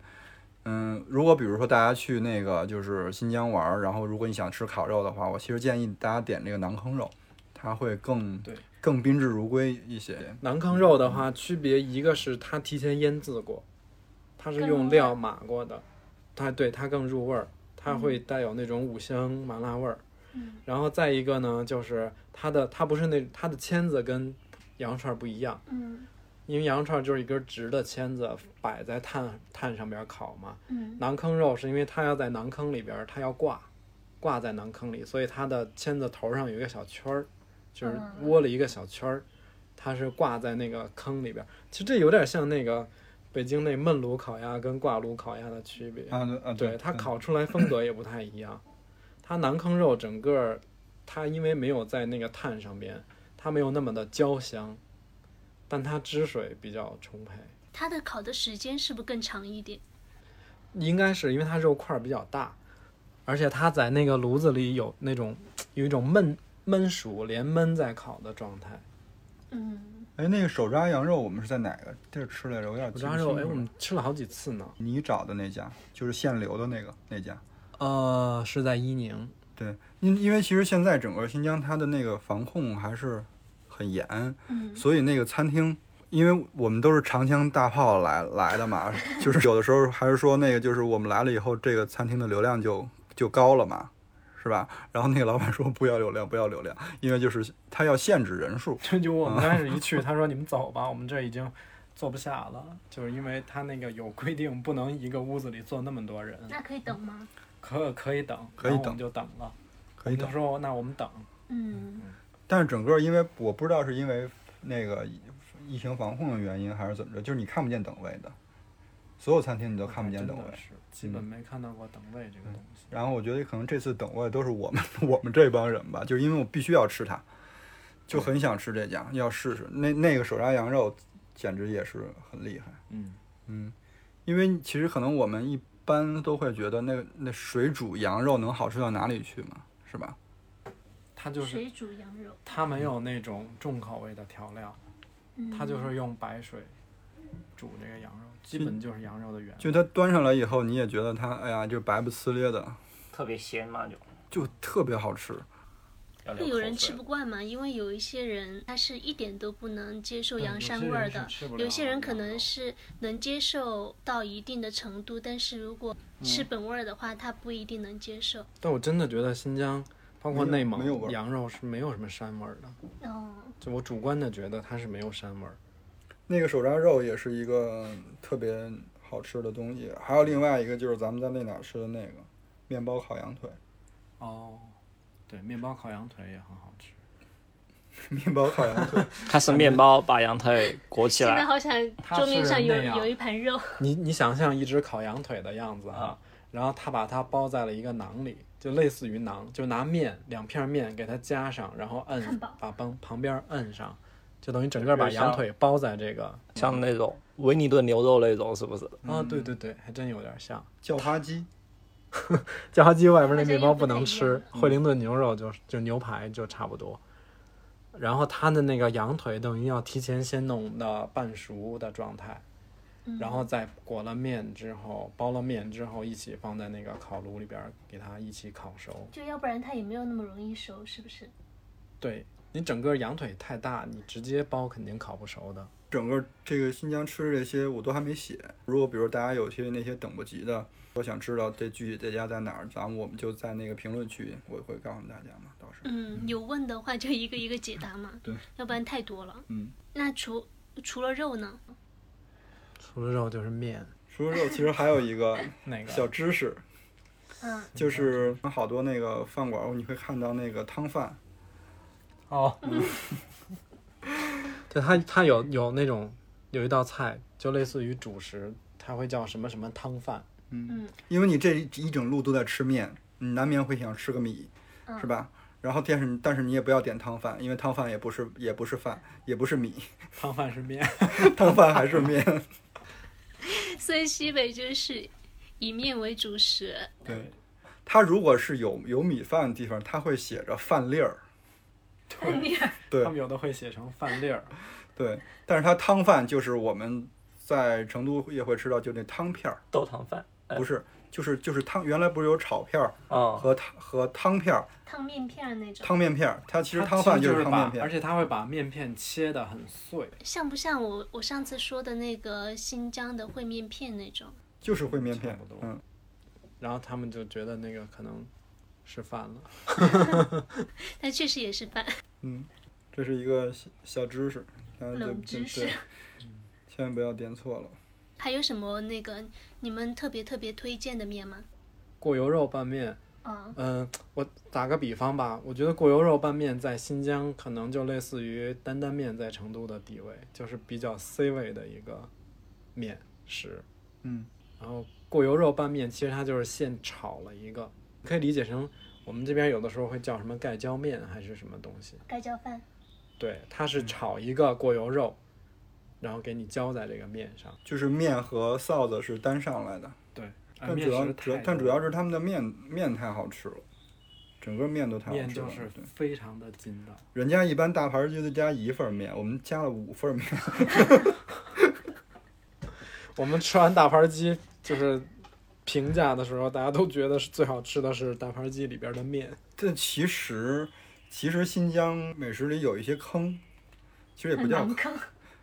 嗯，如果比如说大家去那个就是新疆玩儿，然后如果你想吃烤肉的话，我其实建议大家点这个馕坑肉，它会更
对
更宾至如归一些。
馕坑肉的话，区别一个是它提前腌制过，它是
更嗯入
用
味儿
料码过的，它对它更入味儿，它会带有那种五香麻辣味儿。
嗯
然后再一个呢，就是它的它不是那它的签子跟羊肉串儿不一样，
嗯
因为羊肉串儿就是一根直的签子摆在炭炭上边儿烤嘛。
嗯
馕坑肉是因为它要在馕坑里边儿，它要挂挂在馕坑里，所以它的签子头上有一个小圈儿，就是
嗯
窝了一个小圈儿，它是挂在那个坑里边儿。其实这有点像那个北京那焖炉烤鸭跟挂炉烤鸭的区别。
啊对啊
对它烤出来风格也不太一样。它馕坑肉整个儿，它因为没有在那个炭上边，它没有那么的焦香，但它汁水比较充沛。
它的烤的时间是不是更长一点？
应该是因为它肉块儿比较大，而且它在那个炉子里有那种有一种焖焖熟连焖再烤的状态。
嗯，
哎，那个手抓羊肉我们是在哪个地儿吃来着？我有点
手
记不
抓
清
肉，哎，
楚
我
了
们吃了好几次呢。
你找的那家就是现留的那个那家。
呃，是在伊宁，
对，因因为其实现在整个新疆它的那个防控还是很严，
嗯
所以那个餐厅，因为我们都是长枪大炮来来 的嘛，就是有的时候还是说那个就是我们来了以后，这个餐厅的流量就就高了嘛，是吧？然后那个老板说不要流量，不要流量，因为就是他要限制人数。
这 就我们刚开始一 去，他说你们走吧，我们这已经坐不下了，就是因为他那个有规定，不能一个屋子里坐那么多人，
那可以等吗？嗯
可可以等，
可以
然后我
等
们就等了。
可以
我
的
们就，说那我们等，
嗯
但是整个因为我不知道是因为那个疫疫情防控的原因还是怎么着，就是你看不见等位的，所有餐厅你都看不见
啊哎真
等位嗯
的。是基本没看到过等位这个东西。
然后我觉得可能这次等位都是我们 我们这帮人吧，就是因为我必须要吃它，就很想吃这家，要试试。那那个手抓羊肉简直也是很厉害，
嗯，
嗯，因为其实可能我们一般都会觉得那那水煮羊肉能好吃到哪里去嘛，是吧？
它就是
水煮羊肉，
它没有那种重口味的调料，
嗯
它就是用白水煮这个羊肉，基本就是羊肉的原
就
味。
它端上来以后，你也觉得它哎呀，就白不呲咧的，
特别鲜嘛，就
就特别好吃。
要流
会有
口
人吃
水
不惯嘛？因为有一些人他是一点都不能接受
对
羊
有
膻
些
味儿
人是
的，
吃不
有
了
些人可
羊
能
肉
是能接受到一定的程度，但是如果吃本味儿的话，他不一定能接受。
但我真的觉得新疆，包括内蒙
没有没有味儿
羊肉是没有什么膻味儿的，
哦，
就我主观的觉得它是没有膻味儿。
那个手抓肉也是一个特别好吃的东西，还有另外一个就是咱们在那哪儿吃的那个面包烤羊腿。
哦，对，面包烤羊腿也很好吃。
面包烤羊腿，
它是面包把羊腿裹起
现在
来，
好想
啊
它
桌面
是
上有
那样
有一盘肉，
你你想象一只烤羊腿的样子啊，然后他把它包在了一个馕里，就类似于馕，就拿面两片面给它夹上，然后摁
汉堡
把旁旁边摁上，就等于整个把羊腿包在这个
像那种维尼炖牛肉那种，是不是？
啊，对对对，还真有点像。
叫花鸡，
叫花鸡外边那面包不能吃，惠灵顿牛肉就就牛排就差不多。然后它的那个羊腿等于要提前先弄到半熟的状态，然后再裹了面之后，包了面之后一起放在那个烤炉里边儿给它一起烤熟。
就要不然它也没有那么容易熟，是不是？
对你整个羊腿太大，你直接包肯定烤不熟的。
整个这个新疆吃的这些我都还没写。如果比如大家有些那些等不及的，我想知道这具体这家在哪儿，咱们我们就在那个评论区，我会告诉大家嘛，到时候。
嗯，有问的话就一个一个解答嘛，
对，
要不然太多了。
嗯，
那除除了肉呢？
除了肉就是面，
除了肉，其实还有一个
那个
小知识，
嗯，
就是好多那个饭馆儿你会看到那个汤饭，
哦， 对，它它有有那种有一道菜，就类似于主食，它会叫什么什么汤饭。
因为你这一整路都在吃面，你难免会想吃个米，是吧？然后但是但是你也不要点汤饭，因为汤饭也不是也不是饭，也不是米，
汤饭是面，
汤饭还是面。
所以西北就是以面为主食，
对，它如果是有有米饭的地方，它会写着饭粒儿。对
他们有的会写成饭粒儿。
对，但是它汤饭就是我们在成都也会吃到，就那汤片儿，
豆汤饭
哎
不是，就是就是汤，原来不是有炒片儿
啊，
和汤和汤片儿、
烫面片儿那种，
汤面片儿，它其实
它
汤饭
其实
是
是
汤
把
面，片
而
儿。
且它会把面片切得很碎。
像不像我我上次说的那个新疆的烩面片那种？
就是烩面片
差不，多
嗯，
然后他们就觉得那个可能是饭了。
但确实也是饭，
这是一个小小知识，大家就
冷知识
对， 千万不要点错了。
还有什么那个你们特别特别推荐的面吗？
过油肉拌面，
嗯，
嗯，我打个比方吧，我觉得过油肉拌面在新疆可能就类似于担担面在成都的地位，就是比较 C 位的一个面食。
嗯，
然后过油肉拌面其实它就是现炒了一个，可以理解成我们这边有的时候会叫什么盖浇面还是什么东西。
盖浇饭。
对，它是炒一个过油肉，然后给你浇在这个面上。
就是面和臊子是单上来的，
对，
但主要主要但主要是他们的面面太好吃了，整个面都太好吃了。
面就是
对
非常的筋道。
人家一般大盘儿就得加一份儿面，我们加了五份儿面。
我们吃完大盘鸡，就是评价的时候，大家都觉得是最好吃的是大盘鸡里边的 面。
但其实，其实新疆美食里有一些坑，其实也不叫坑，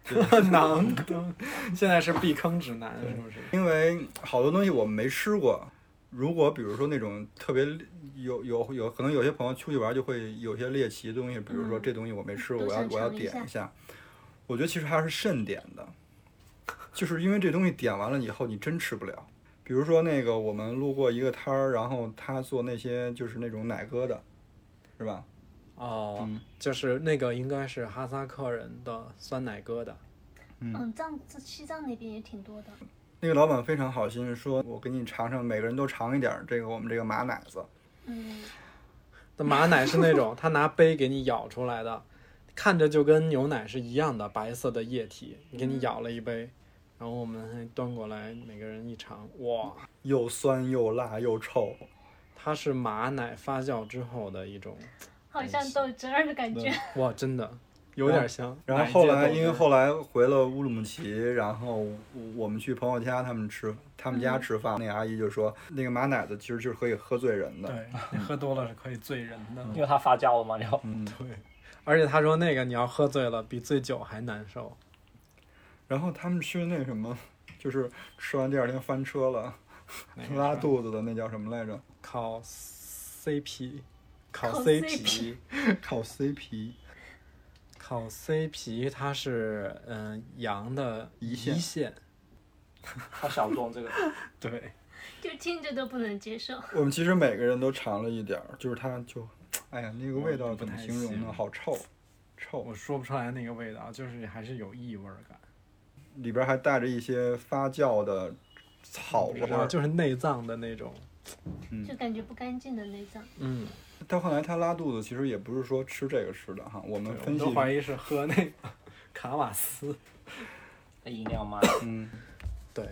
坑，
囊坑，现在是避坑指南，是不是？
因为好多东西我们没吃过。如果比如说那种特别有有有，可能有些朋友出去玩就会有些猎奇的东西，比如说这东西我没吃过，
嗯都
我要
想
我要
尝一
点
下
一下。我觉得其实还是慎点的，就是因为这东西点完了以后你真吃不了。比如说那个我们路过一个摊儿，然后他做那些就是那种奶疙瘩，是吧？
哦，
嗯
就是那个应该是哈萨克人的酸奶疙瘩。
嗯，藏西藏那边也挺多的。
那个老板非常好心，说我给你尝尝，每个人都尝一点儿这个我们这个马奶子。
嗯，
那马奶是那 种他拿杯给你舀出来的，看着就跟牛奶是一样的白色的液体，给你舀了一杯，然后我们还端过来，每个人一尝，哇，
又酸又辣又臭，
它是马奶发酵之后的一种，
好像豆汁儿的感觉。
哇，真的有点像。
然后后来因为后来回了乌鲁木齐，然后我们去朋友家他们吃他们家吃饭，那个阿姨就说那个马奶子其实就是可以喝醉人的，
对，喝多了是可以醉人的。
因为它发酵了嘛，然后
对，而且他说那个你要喝醉了，比醉酒还难受。
然后他们吃那什么，就是吃完第二天翻车了
那个
拉
是
肚子的那叫什么 来着？
烤 CP，烤
烤
CP，
烤 CP
烤 CP 它是嗯、羊的
胰腺
胰腺，
它小众这个，
对，
就听着都不能接受。
我们其实每个人都尝了一点儿，就是它就，哎呀，那个味道
我不
怎么
太
形容呢？
行
好臭，臭
我，说不出来那个味道，就是还是有异味儿感。
里边还带着一些发酵的草
不
味
知道，
儿。
就是内脏的那种，
就感觉不干净的内脏。
嗯，
但后来他拉肚子，其实也不是说吃这个吃的哈，我们
对我
分
们
析
都怀疑是喝那个 卡瓦斯，
饮料吗？
嗯，
对，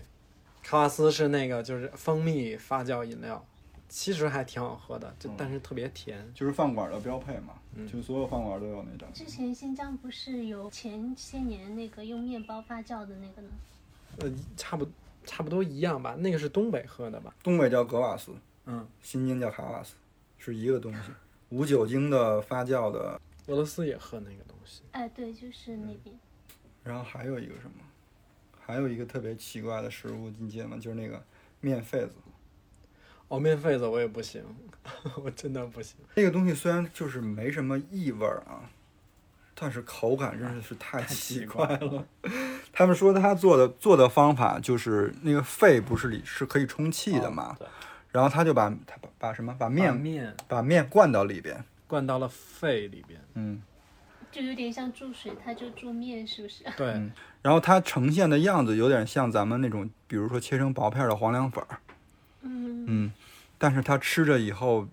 卡瓦斯是那个就是蜂蜜发酵饮料，其实还挺好喝的，就
嗯
但是特别甜。
就是饭馆的标配嘛，
嗯
就是所有饭馆都有那种。
之前新疆不是有前些年那个用面包发酵的那个呢？
呃，差不差不多一样吧。那个是东北喝的吧？
东北叫格瓦斯，
嗯，
新疆叫卡瓦斯，是一个东西。无酒精的发酵的，
俄罗斯也喝那个东西。
哎，对，就是那边。
然后还有一个什么？还有一个特别奇怪的食物，你记得吗？就是那个面肺子。
哦，面肺子我也不行， 我真的不行。
那个东西虽然就是没什么异味儿啊，但是口感真的是太奇怪
太
了。他们说他做的做的方法就是那个肺不是里是可以充气的嘛，
对
然后他就把他把把什么哦把面
把面
把面灌到里边，
灌到了肺里边，
嗯，
就有点像注水，它就注面，是不是？
对，
嗯然后它呈现的样子有点像咱们那种，比如说切成薄片儿的黄凉粉儿，
嗯，
嗯，但是它吃着以后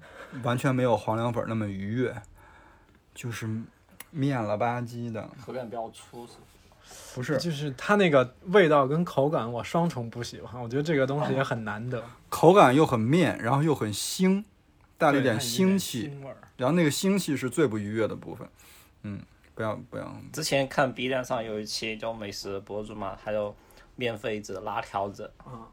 完全没有黄凉粉儿那么愉悦，就是面了吧唧的，
口感比较粗，是吧
不是
就是它那个味道跟口感我双重不喜欢，我觉得这个东西也很难得，
口感又很面，然后又很腥，带了一
对
点
它
腥气，
腥味儿。
然后那个腥气是最不愉悦的部分。嗯，不要不要，
之前看 B 站上有一期就美食博主嘛，他就面肺子拉条子，
啊，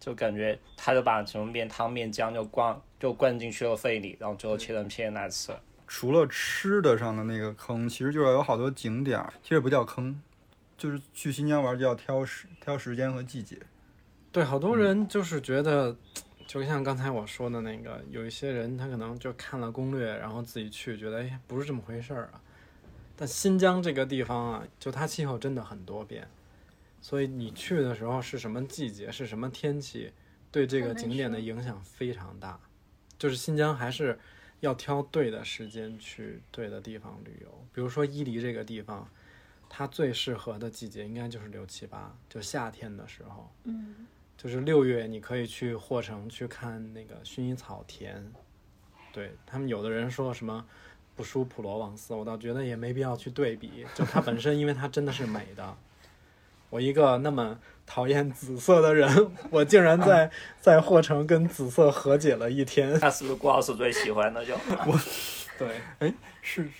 就感觉他就把什么面汤、面浆就灌就灌进去了肺里，然后最后切成片来吃。
除了吃的上的那个坑，其实就是有好多景点儿，其实也不叫坑，就是去新疆玩就要挑时挑时间和季节。
对，好
嗯
多人就是觉得，就像刚才我说的那个，有一些人他可能就看了攻略，然后自己去，觉得哎不是这么回事儿啊。但新疆这个地方啊，就它气候真的很多变，所以你去的时候是什么季节，是什么天气，对这个
很难
景点的
说
影响非常大。就是新疆还是要挑对的时间去对的地方旅游，比如说伊犁这个地方，它最适合的季节应该就是六七八，就夏天的时候。
嗯，
就是六月，你可以去霍城去看那个薰衣草田。对他们有的人说什么不输普罗旺斯，我倒觉得也没必要去对比，就它本身，因为它真的是美的。我一个那么讨厌紫色的人，我竟然 在在霍城跟紫色和解了一天。
那是不是郭老师最喜欢的就？
对，
是是，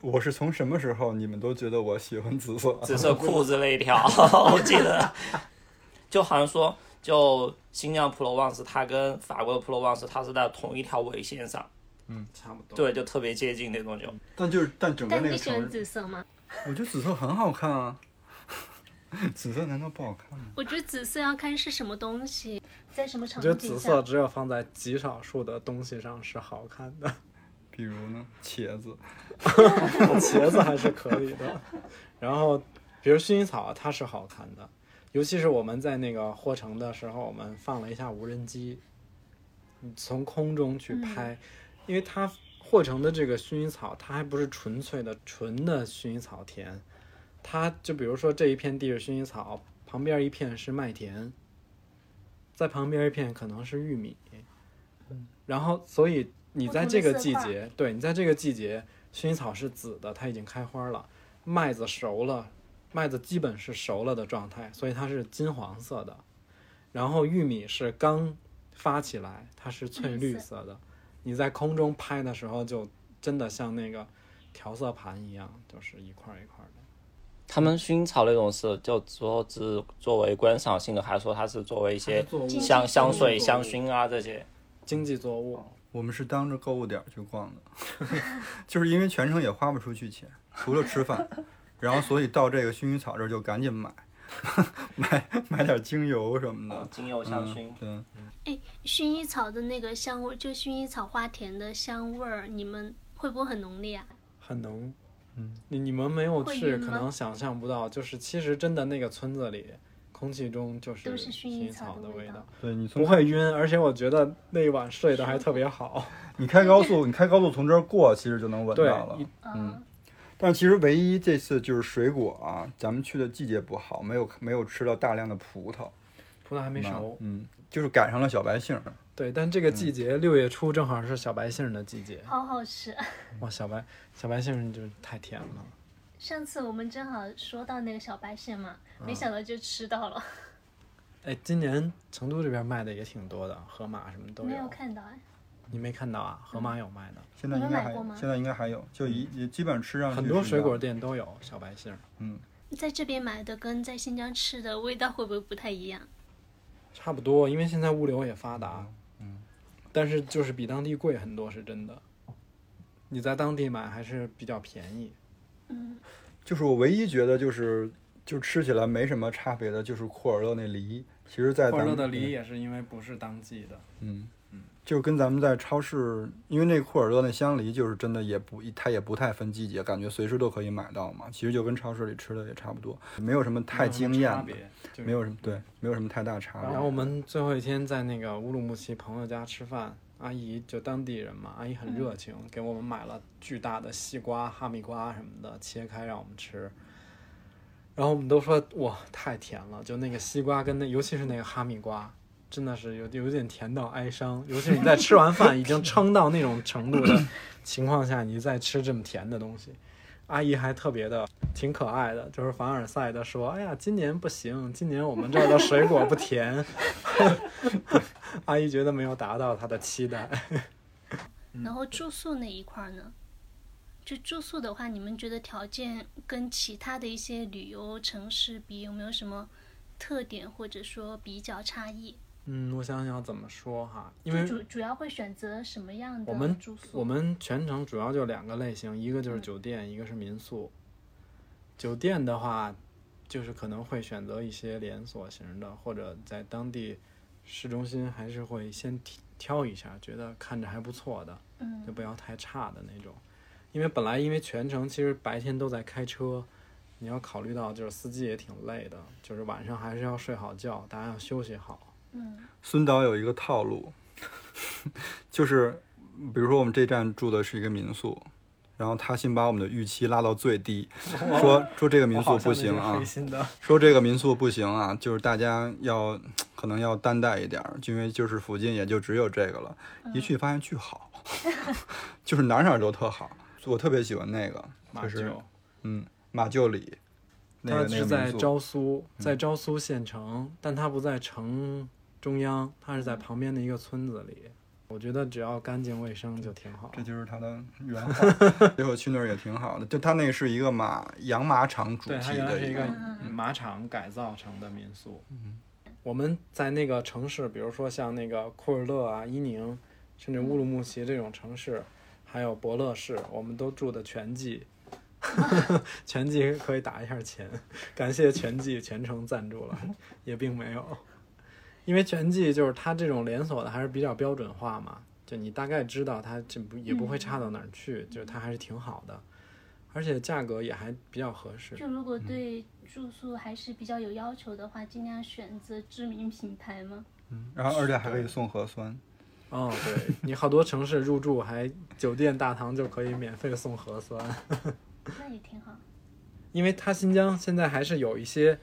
我是从什么时候你们都觉得我喜欢紫 色？
紫色裤子那一条，我记得，就好像说，就新疆普罗旺斯，它跟法国的普罗旺斯，它是在同一条纬线上，
嗯差不多。
对，就特别接近那种就。
但就是但整个
但
那
你
个
喜欢
城市，
紫色吗？
我觉得紫色很好看啊。 紫色难道不好看吗？
我觉得紫色要看是什么东西，在什么
我
场
觉得
景
紫
下
色。只有放在极少数的东西上是好看的，
比如呢，茄子。
茄子还是可以的。然后，比如薰衣草，啊它是好看的，尤其是我们在那个霍城的时候，我们放了一下无人机，你从空中去拍，因为它霍城的这个薰衣草，它还不是纯粹的纯的薰衣草田，它就比如说这一片地是薰衣草，旁边一片是麦田，在旁边一片可能是玉米，然后所以你在这个季
不同的
节，对你在这个季节，薰衣草是紫的，它已经开花了，麦子熟了，麦子基本是熟了的状态，所以它是金黄色的，然后玉米是刚发起来，它是翠绿色的，你在空中拍的时候就真的像那个调色盘一样，就是一块儿一块儿的。
他们薰衣草那种是就说只作为观赏性的，还是说它是作为一些
经济
香香水、
作物
香薰啊这些？
经济作物，
我们是当着购物点儿去逛的， 就是因为全程也花不出去钱，除了吃饭， 然后所以到这个薰衣草这儿就赶紧买， 买买点精油什么的，
精油哦香薰
嗯，，对，
薰衣草的那个香味，就薰衣草花田的香味儿，你们会不会很浓烈啊？
很浓。
嗯，
你你们没有
会
去，
晕
可
吗
能想象不到，就是其实真的那个村子里，空气中就是
都是薰
薰
衣
衣
草
草
的味
味
道
道，
对你
不
从
会晕，而且我觉得那晚睡得还特别好。
你开高速，你开高速从这儿过，其实就能闻
对
到，了
一。
嗯，
但其实唯一这次就是水果啊，咱们去的季节不好，没有没有吃到大量的葡萄，
葡萄还没熟。嗯
嗯，就是赶上了小白杏儿，
对，但这个季节六月初正好是小白杏儿的季节。
好好吃。
哇，小白小白杏儿就是太甜了。
上次我们正好说到那个小白蟹嘛，没想到就吃到了，
哎，今年成都这边卖的也挺多的，河马什么都
没有看到哎。
你没看到啊？河马有卖的，
现在应该还
你们买过吗
现在应该还有，就一也基本吃上
嗯
去
很多
是
水
一样
果店都有小白杏儿。
在这边买的跟在新疆吃的味道会不会不太一样？
差不多，因为现在物流也发达，嗯，但是就是比当地贵很多，是真的。你在当地买还是比较便宜，
就是我唯一觉得就是就吃起来没什么差别的，就是库尔勒那梨，其实在
快
咱
乐
们
的梨也是因为不是当季的，
嗯，就跟咱们在超市，因为那库尔勒那香梨就是真的也不，它也不太分季节，感觉随时都可以买到嘛。其实就跟超市里吃的也差不多，没有什么太惊艳
差
的，
别，就是
没有什么对，没有什么太大差
然后我
别。
们最后一天在那个乌鲁木齐朋友家吃饭，阿姨就当地人嘛，阿姨很热情，给我们买了巨大的西瓜、哈密瓜什么的，切开让我们吃。然后我们都说哇，太甜了！就那个西瓜跟那，尤其是那个哈密瓜，真的是有有点甜到哀伤。尤其是你在吃完饭已 经撑到那种程度的情况下，你再吃这么甜的东西，阿姨还特别的挺可爱的，就是凡尔赛的说：“哎呀，今年不行， 今年我们这儿的水果不甜。” 阿姨觉得没有达到她的期待。
然后住宿那一块儿呢，就住宿的话，你们觉得条件跟其他的一些旅游城市比，有没有什么特点或者说比较差异？
嗯，我想想怎么说哈，因
就
为
主主要会选择什么样的
我们
住宿？嗯
我们全程主要就两个类型，一个就是酒店，一个是民宿。酒店的话，就是可能会选择一些连锁型的，或者在当地市中心还是会先挑挑一下，觉得看着还不错的，
嗯
就不要太差的那种。因为本来因为全程其实白天都在开车，你要考虑到就是司机也挺累的，就是晚上还是要睡好觉，大家要休息好。
嗯
孙导有一个套路， 就是比如说我们这站住的是一个民宿。然后他先把我们的预期拉到最低，说说这个民宿不行啊，
黑心的。
说这个民宿不行啊，就是大家要可能要担待一点儿，因为就是附近也就只有这个了。一去发现巨好， 就是哪儿哪儿都特好，我特别喜欢那个，
马
就是
厩
嗯马厩里，那
它
个那
是
个
在
民宿，嗯
昭苏，在昭苏县城，但它不在城中央，它是在旁边的一个村子里。我觉得只要干净卫生就挺好。
这就是它的原 话。结果去那儿也挺好的，就它那个是一个马养马场主
对，它
题
原来
的
是一
一
个嗯
个，
马场改造成的民宿。我们在那个城市，比如说像那个库尔勒啊、伊宁，甚至乌鲁木齐这种城市，还有博乐市，我们都住的全季。 全季可以打一下钱，感谢全季全程赞助 了，也并没有，因为全季就是它这种连锁的还是比较标准化嘛，就你大概知道它这不也不会差到哪儿去，就它还是挺好的，而且价格也还比较合适。
就如果对住宿还是比较有要求的话，尽量选择知名品牌嘛。
然后而且还可以送核酸。
哦，对你好多城市入住还酒店大堂就可以免费送核酸，
那也挺好。
因为它新疆现在还是有一些，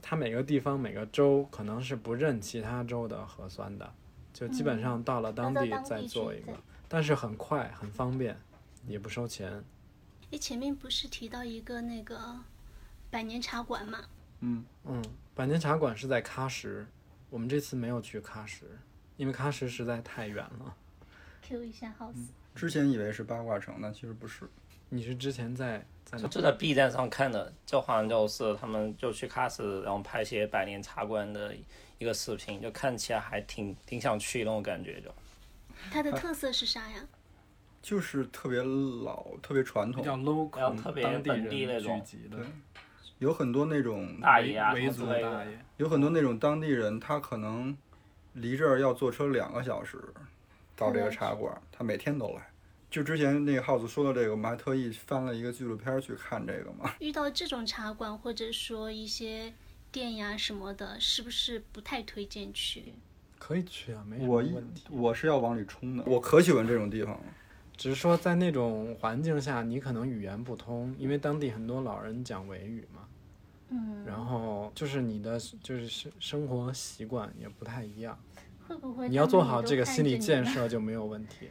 它每个地方每个州可能是不认其他州的核酸的，就基本上到了当
嗯到
地
当地
再
去
做一个
再，
但是很快很方便，也不收钱。
哎，前面不是提到一个那个百年茶馆嘛？
嗯，百年茶馆是在喀什，我们这次没有去喀什，因为喀什实在太远了。
Q 一下 House，、
之前以为是八卦城呢，其实不是。
你是之前在在哪
就？就在 B 站上看的，就好像就是他们就去喀什，然后拍一些百年茶馆的一个视频，就看起来还挺挺想去那种感觉就。
它的特色是啥呀？
就是特别老、特别传
比
统，
较 local，
然后特别
当地
本地
人
那种
聚集的
对有很多那种
大爷啊
维
什
族
么之类
大
的，
爷。
有很多那种当地人，他可能离这儿要坐车两个小时到
嗯
这个茶馆，他每天都来。就之前那个耗子说到这个，我们还特意翻了一个纪录片儿去看这个嘛。
遇到这种茶馆或者说一些店呀什么的，是不是不太推荐去？
可以去啊，没什么
我一
问题。
我是要往里冲的，我可喜欢这种地方了。
只是说在那种环境下，你可能语言不通，因为当地很多老人讲维语嘛。
嗯，
然后就是你的就是生生活习惯也不太一样，
会不会
你要做
他们
好
都
这个
看
心理
着你
建
呢，
设就没有问题。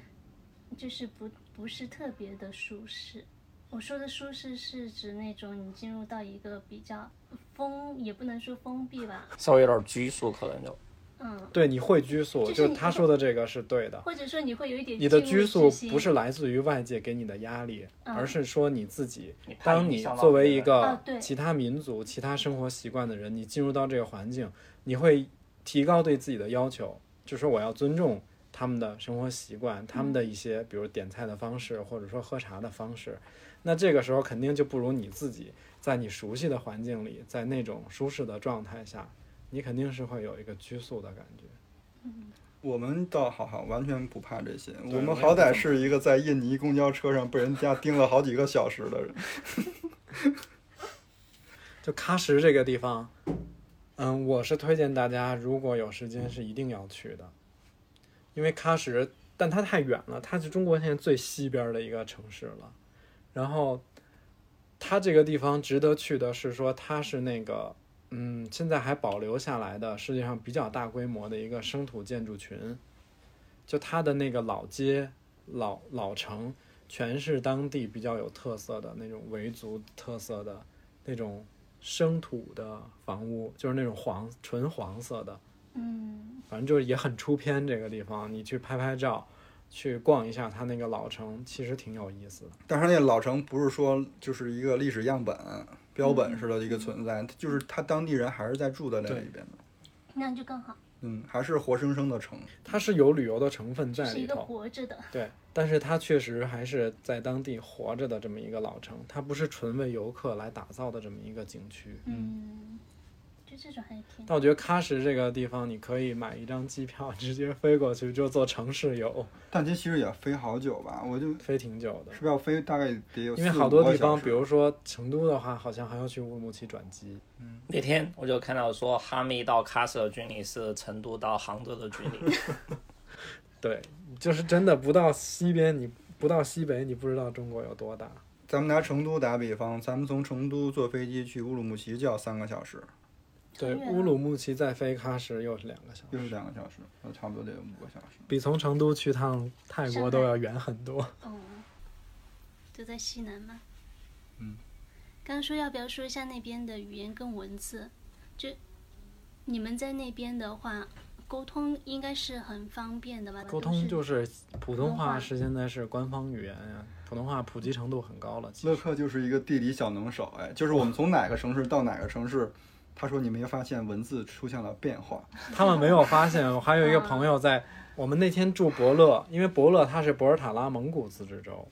就是不不是特别的舒适。我说的舒适是指那种你进入到一个比较封，也不能说封闭吧，
稍微有点拘束，可能就
嗯，
对，你会拘束，
就是
就是
你
他说的这个是对的。
或者说你会有一点
你的
进入
拘束
窒息
不是来自于外界给你的压力，
嗯
而是说你自己
你。怕
当
影
你
响到
作为
别
一
人
个
啊对
其他民族、其他生活习惯的人，你进入到这个环境，你会提高对自己的要求，就说我要尊重他们的生活习惯，他
嗯
们的一些比如点菜的方式，或者说喝茶的方式。那这个时候肯定就不如你自己在你熟悉的环境里，在那种舒适的状态下，你肯定是会有一个拘束的感觉。
我们倒好好，完全不怕这些。
对
我们好歹是一个在印尼公交车上被人家盯了好几个小时的人。
就喀什这个地方，嗯，我是推荐大家如果有时间是一定要去的，因为喀什，但它太远了，它是中国现在最西边的一个城市了。然后，它这个地方值得去的是说，它是那个嗯，现在还保留下来的世界上比较大规模的一个生土建筑群，就它的那个老街、老老城，全是当地比较有特色的那种维族特色的那种生土的房屋，就是那种黄纯黄色的，
嗯，
反正就是也很出片。这个地方你去拍拍照，去逛一下它那个老城，其实挺有意思的。
但是那老城不是说就是一个历史样本、标本
嗯
似的一个存在，就是他当地人还是在住在那里边的，
那样就更好，
嗯，还是活生生的城。
它是有旅游的成分在
是
里
一个
头，
活着的，
对，但是它确实还是在当地活着的这么一个老城，它不是纯为游客来打造的这么一个景区。
嗯，就这种还是挺好，
但我觉得喀什这个地方，你可以买一张机票直接飞过去，就坐城市游，
但这其实也飞好久吧，我就
飞挺久的
是。不是要飞大概得有
因为
四
好
五
多
个
地
小
方，
时
比如说成都的话，好像还要去乌鲁木齐转机。
那天我就看到说哈密到喀什的距离是成都到杭州的距 离，
对，就是真的不到西边，你不到西北，你不知道中国有多大。
咱们拿成都打比方，咱们从成都坐飞机去乌鲁木齐就要三个小时，
对，
很远啊
乌鲁木齐再飞喀什又是两个小
又是
时，
两个小时，那差不多得有五个小时。
比从成都去趟泰国都要远很多。
哦，
都在西南吗？
嗯。
刚说要不要说一下那边的语言跟文字？就你们在那边的话，沟通应该是很方便的吧？
沟
都
通
是
就是普通
普通
话
话
是现在是官方语言呀、普通话普及程度很高了。其
乐
实
克就是一个地理小能手，哎，就是我们从哪个城市到哪个城市，他说你没发现文字出现了变化，
他们没有发现，我还有一个朋友在，我们那天住伯乐，因为伯乐它是博尔塔拉蒙古自治州，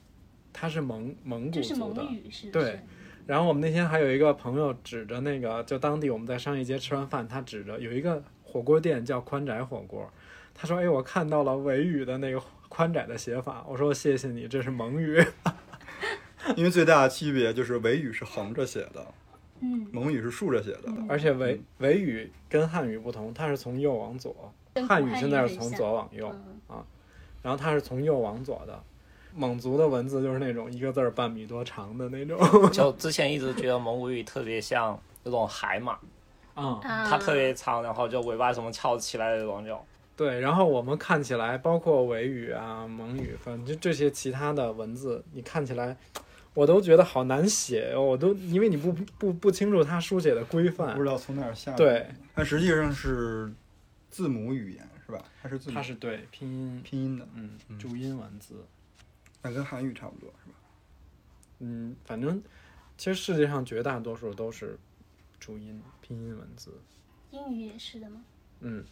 它是蒙蒙古
就是
族的
蒙。语是不是？
嗯
对，然后我们那天还有一个朋友指着那个，就当地我们在商业街吃完饭，他指着有一个火锅店叫宽窄火锅，他说：“哎，我看到了维语的那个宽窄的写法。”我说：“谢谢你，这是蒙语。
因为最大的区别就是维语是横着写的，
嗯，
蒙语是竖着写的。
嗯”
而且维维语跟汉语不同，它是从右往左，汉语现在是从左往右，
嗯，
然后它是从右往左的。蒙族的文字就是那种一个字儿半米多长的那种，
就之前一直觉得蒙古语特别像那种海马，
啊、
啊
它特别长，然后就尾巴什么翘起来的那种就。
对，然后我们看起来，包括维语啊、蒙语，反正这些其他的文字，你看起来，我都觉得好难写哦，我都因为你不不不清楚它书写的规范
不。知道从哪儿下。
对，
但实际上是字母语言是吧？它是字母
它是对拼音，
拼音的，
嗯
嗯，
注音文字，
那跟韩语差不多是吧？
嗯，反正其实世界上绝大多数都是注音拼音文字，
英语也是的吗？
嗯，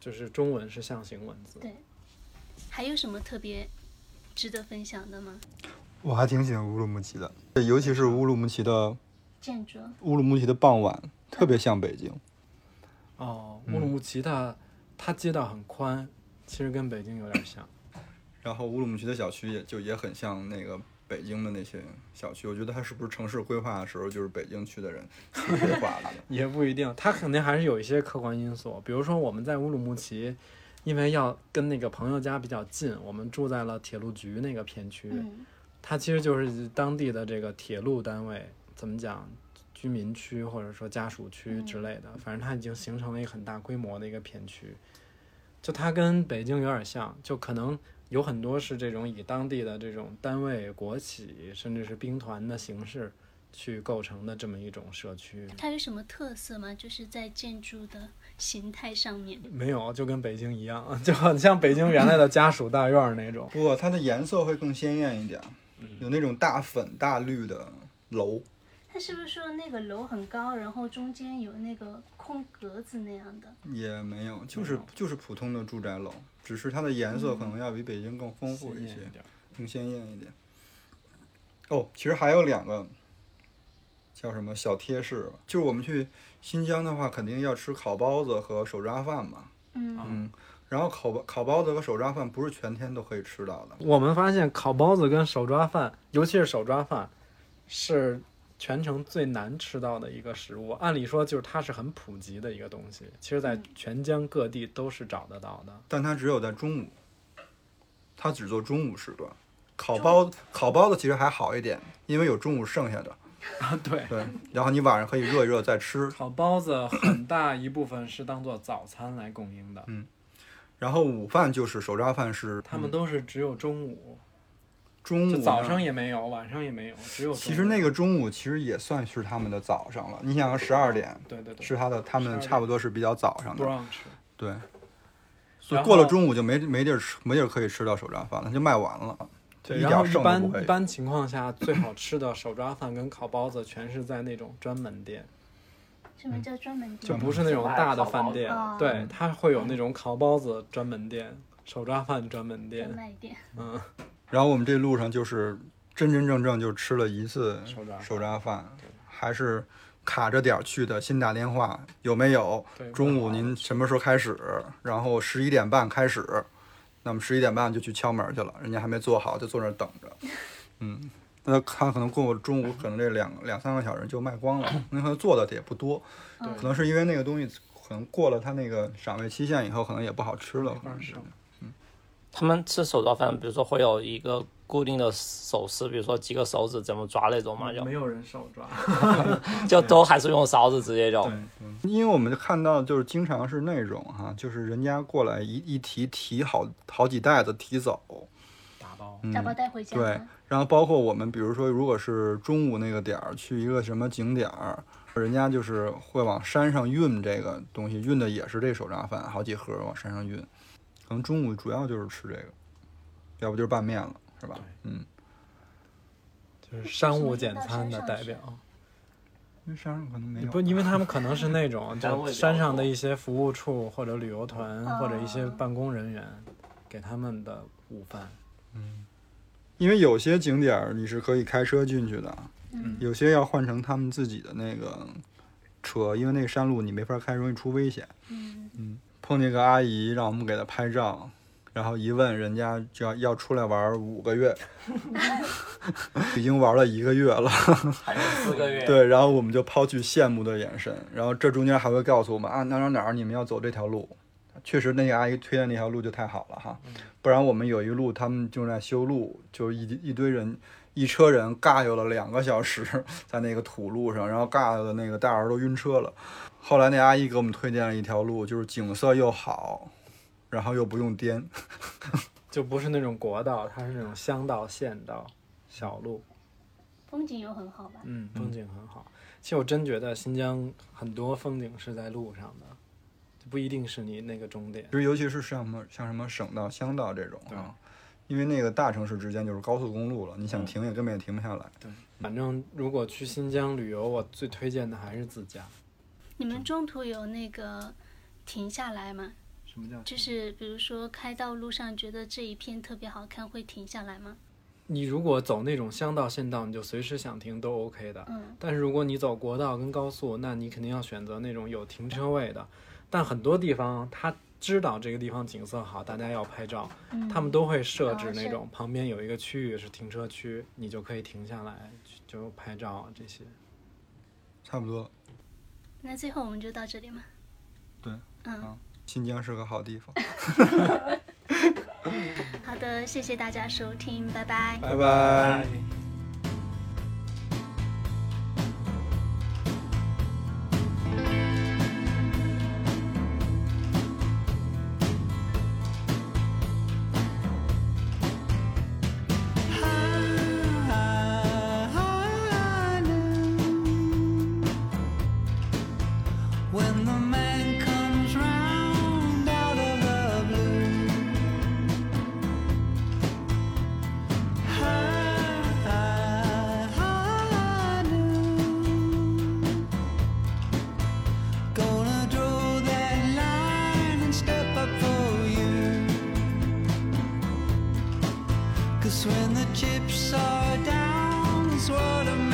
就是中文是象形文字。
还有什么特别值得分享的吗？
我还挺喜欢乌鲁木齐的，尤其是乌鲁木齐的
建筑，
乌鲁木齐的傍晚，特别像北京。
哦，
嗯
乌鲁木齐它它街道很宽，其实跟北京有点像。
然后乌鲁木齐的小区也就也很像那个北京的那些小区，我觉得它是不是城市规划的时候就是北京区的人 规划 的？
也不一定，它肯定还是有一些客观因素，比如说我们在乌鲁木齐，因为要跟那个朋友家比较近，我们住在了铁路局那个片区，
嗯，
它其实就是当地的这个铁路单位，怎么讲，居民区或者说家属区之类的，反正它已经形成了一个很大规模的一个片区。就它跟北京有点像，就可能有很多是这种以当地的这种单位、国企甚至是兵团的形式去构成的这么一种社区。
它有什么特色吗？就是在建筑的形态上面，
没有，就跟北京一样， 就很像北京原来的家属大院儿那种。
不，它的颜色会更鲜艳一点，有那种大粉大绿的楼。
它是不是说那个楼很高，然后中间有那个空格子那样的？
也没有，就是就是普通的住宅楼，只是它的颜色可能要比北京更丰富一些，更鲜艳一点。哦，其实还有两个叫什么小贴士，就是我们去新疆的话，肯定要吃烤包子和手抓饭嘛。
嗯
啊
嗯，然后烤包烤包子和手抓饭不是全天都可以吃到的，
我们发现烤包子跟手抓饭，尤其是手抓饭，是全城最难吃到的一个食物。按理说，就是它是很普及的一个东西，其实在全疆各地都是找得到的。
但它只有在中午，它只做中午时段。烤包烤包子其实还好一点，因为有中午剩下的，
啊，对，
对，然后你晚上可以热一热再吃，
烤包子很大一部分是当做早餐来供应
嗯
的，
然后午饭就是手抓饭是
他们都是只有中午，
中午
就
呢
早上也没有，晚上也没有，只有中午
其实那个中午其实也算是他们的早上了。你想，十二点
对对对
是他的，他们
12
差不多是比较早上的，
brunch，
对。所
然后
以过了中午就没没地儿吃，没地儿可以吃到手抓饭了，就卖完了，
对，
一
然后
点
一
剩都不
般
会
一
有。
般情况下，最好吃的手抓饭跟烤包子全是在那种专门店，
什么叫专门
嗯就
嗯
店？
不是那种大的饭店
专门，
对，
店
它会有那种烤包子专门店、手抓饭专门
专
店，
卖店。
嗯，
然后我们这路上就是真真正正就吃了一次
手抓饭
手抓饭，还是卡着点儿去的。先打电话有没有
对？
中午您什么时候开始？然后十一点半开始，那么十一点半就去敲门去了，人家还没做好，就坐那儿等着。 嗯，那他可能过中午可能这两两三个小时就卖 光了，那可能做的也不多，
对
可能是因为那个东西可能过了它那个赏味期限以后，可能也不好吃了，可能是。
他们吃手抓饭，比如说会有一个固定的手势，比如说几个手指怎么抓那种嘛，就
没有人手抓，
就都还是用勺子直接用。
因为我们看到就是经常是那种哈、就是人家过来一一提提好好几袋子提走，
打包，
打包带回家
对
吗，，
然后包括我们比如说如果是中午那个点儿去一个什么景点儿，人家就是会往山上运这个东西，运的也是这手抓饭，好几盒往山上运，可能中午主要就是吃这个，要不就是拌面了，是吧？嗯，
就是商务简餐的代表。
嗯因为山上可能没有
不，因为他们可能是那 种
单
就
位比较
山上
多
的一些服务处或者旅游团或者一些
哦
办公人员给他们的午饭。
因为有些景点儿你是可以开车进去的，
嗯
有些要换成他们自己的那个车，因为那个山路你没法开，容易出危险。
嗯，
碰见个阿姨让我们给她拍照，然后一问人家就要要出来玩儿五个 月，已经玩了一个月了。
还有四个月，
对，然后我们就抛去羡慕的眼神，然后这中间还会告诉我们啊哪儿哪儿哪儿你们要走这条路，确实那个阿姨推荐那条路就太好了哈，不然我们有一路他们正在修路，就一一堆人一车人尬游了两个小时 在那个土路上，然后尬游的那个大儿都晕车了。后来那阿姨给我们推荐了一条路，就是景色又好，然后又不用颠，
就不是那种国道，它是那种乡道、县道、小路，
风景又很好吧？
嗯，风景很好。其实我真觉得新疆很多风景是在路上的，就不一定是你那个终点。
就是尤其是像什么像什么省道、乡道这种啊，因为那个大城市之间就是高速公路了，你想停也根本也停不下来。
反正如果去新疆旅游，我最推荐的还是自驾。
你们中途有那个停下来吗？
什么叫
就是比如说开到路上觉得这一片特别好看，会停下来吗？
你如果走那种乡道、县道，你就随时想停都 OK 的。
嗯
但是如果你走国道跟高速，那你肯定要选择那种有停车位的。但很多地方他知道这个地方景色好，大家要拍照，
嗯，
他们都会设置
哦
那
是
种旁边有一个区域是停车区，你就可以停下来去就拍照啊这些。
差不多，
那最后我们就到这里嘛。
对，
嗯，
新疆是个好地 方。
好的，谢谢大家收听，拜拜。
拜
拜
拜。
拜。
when the man comes round out of the blue. I, I knew. Gonna draw that line and step up for you. Cause when the chips are down, it's what a man. Oh,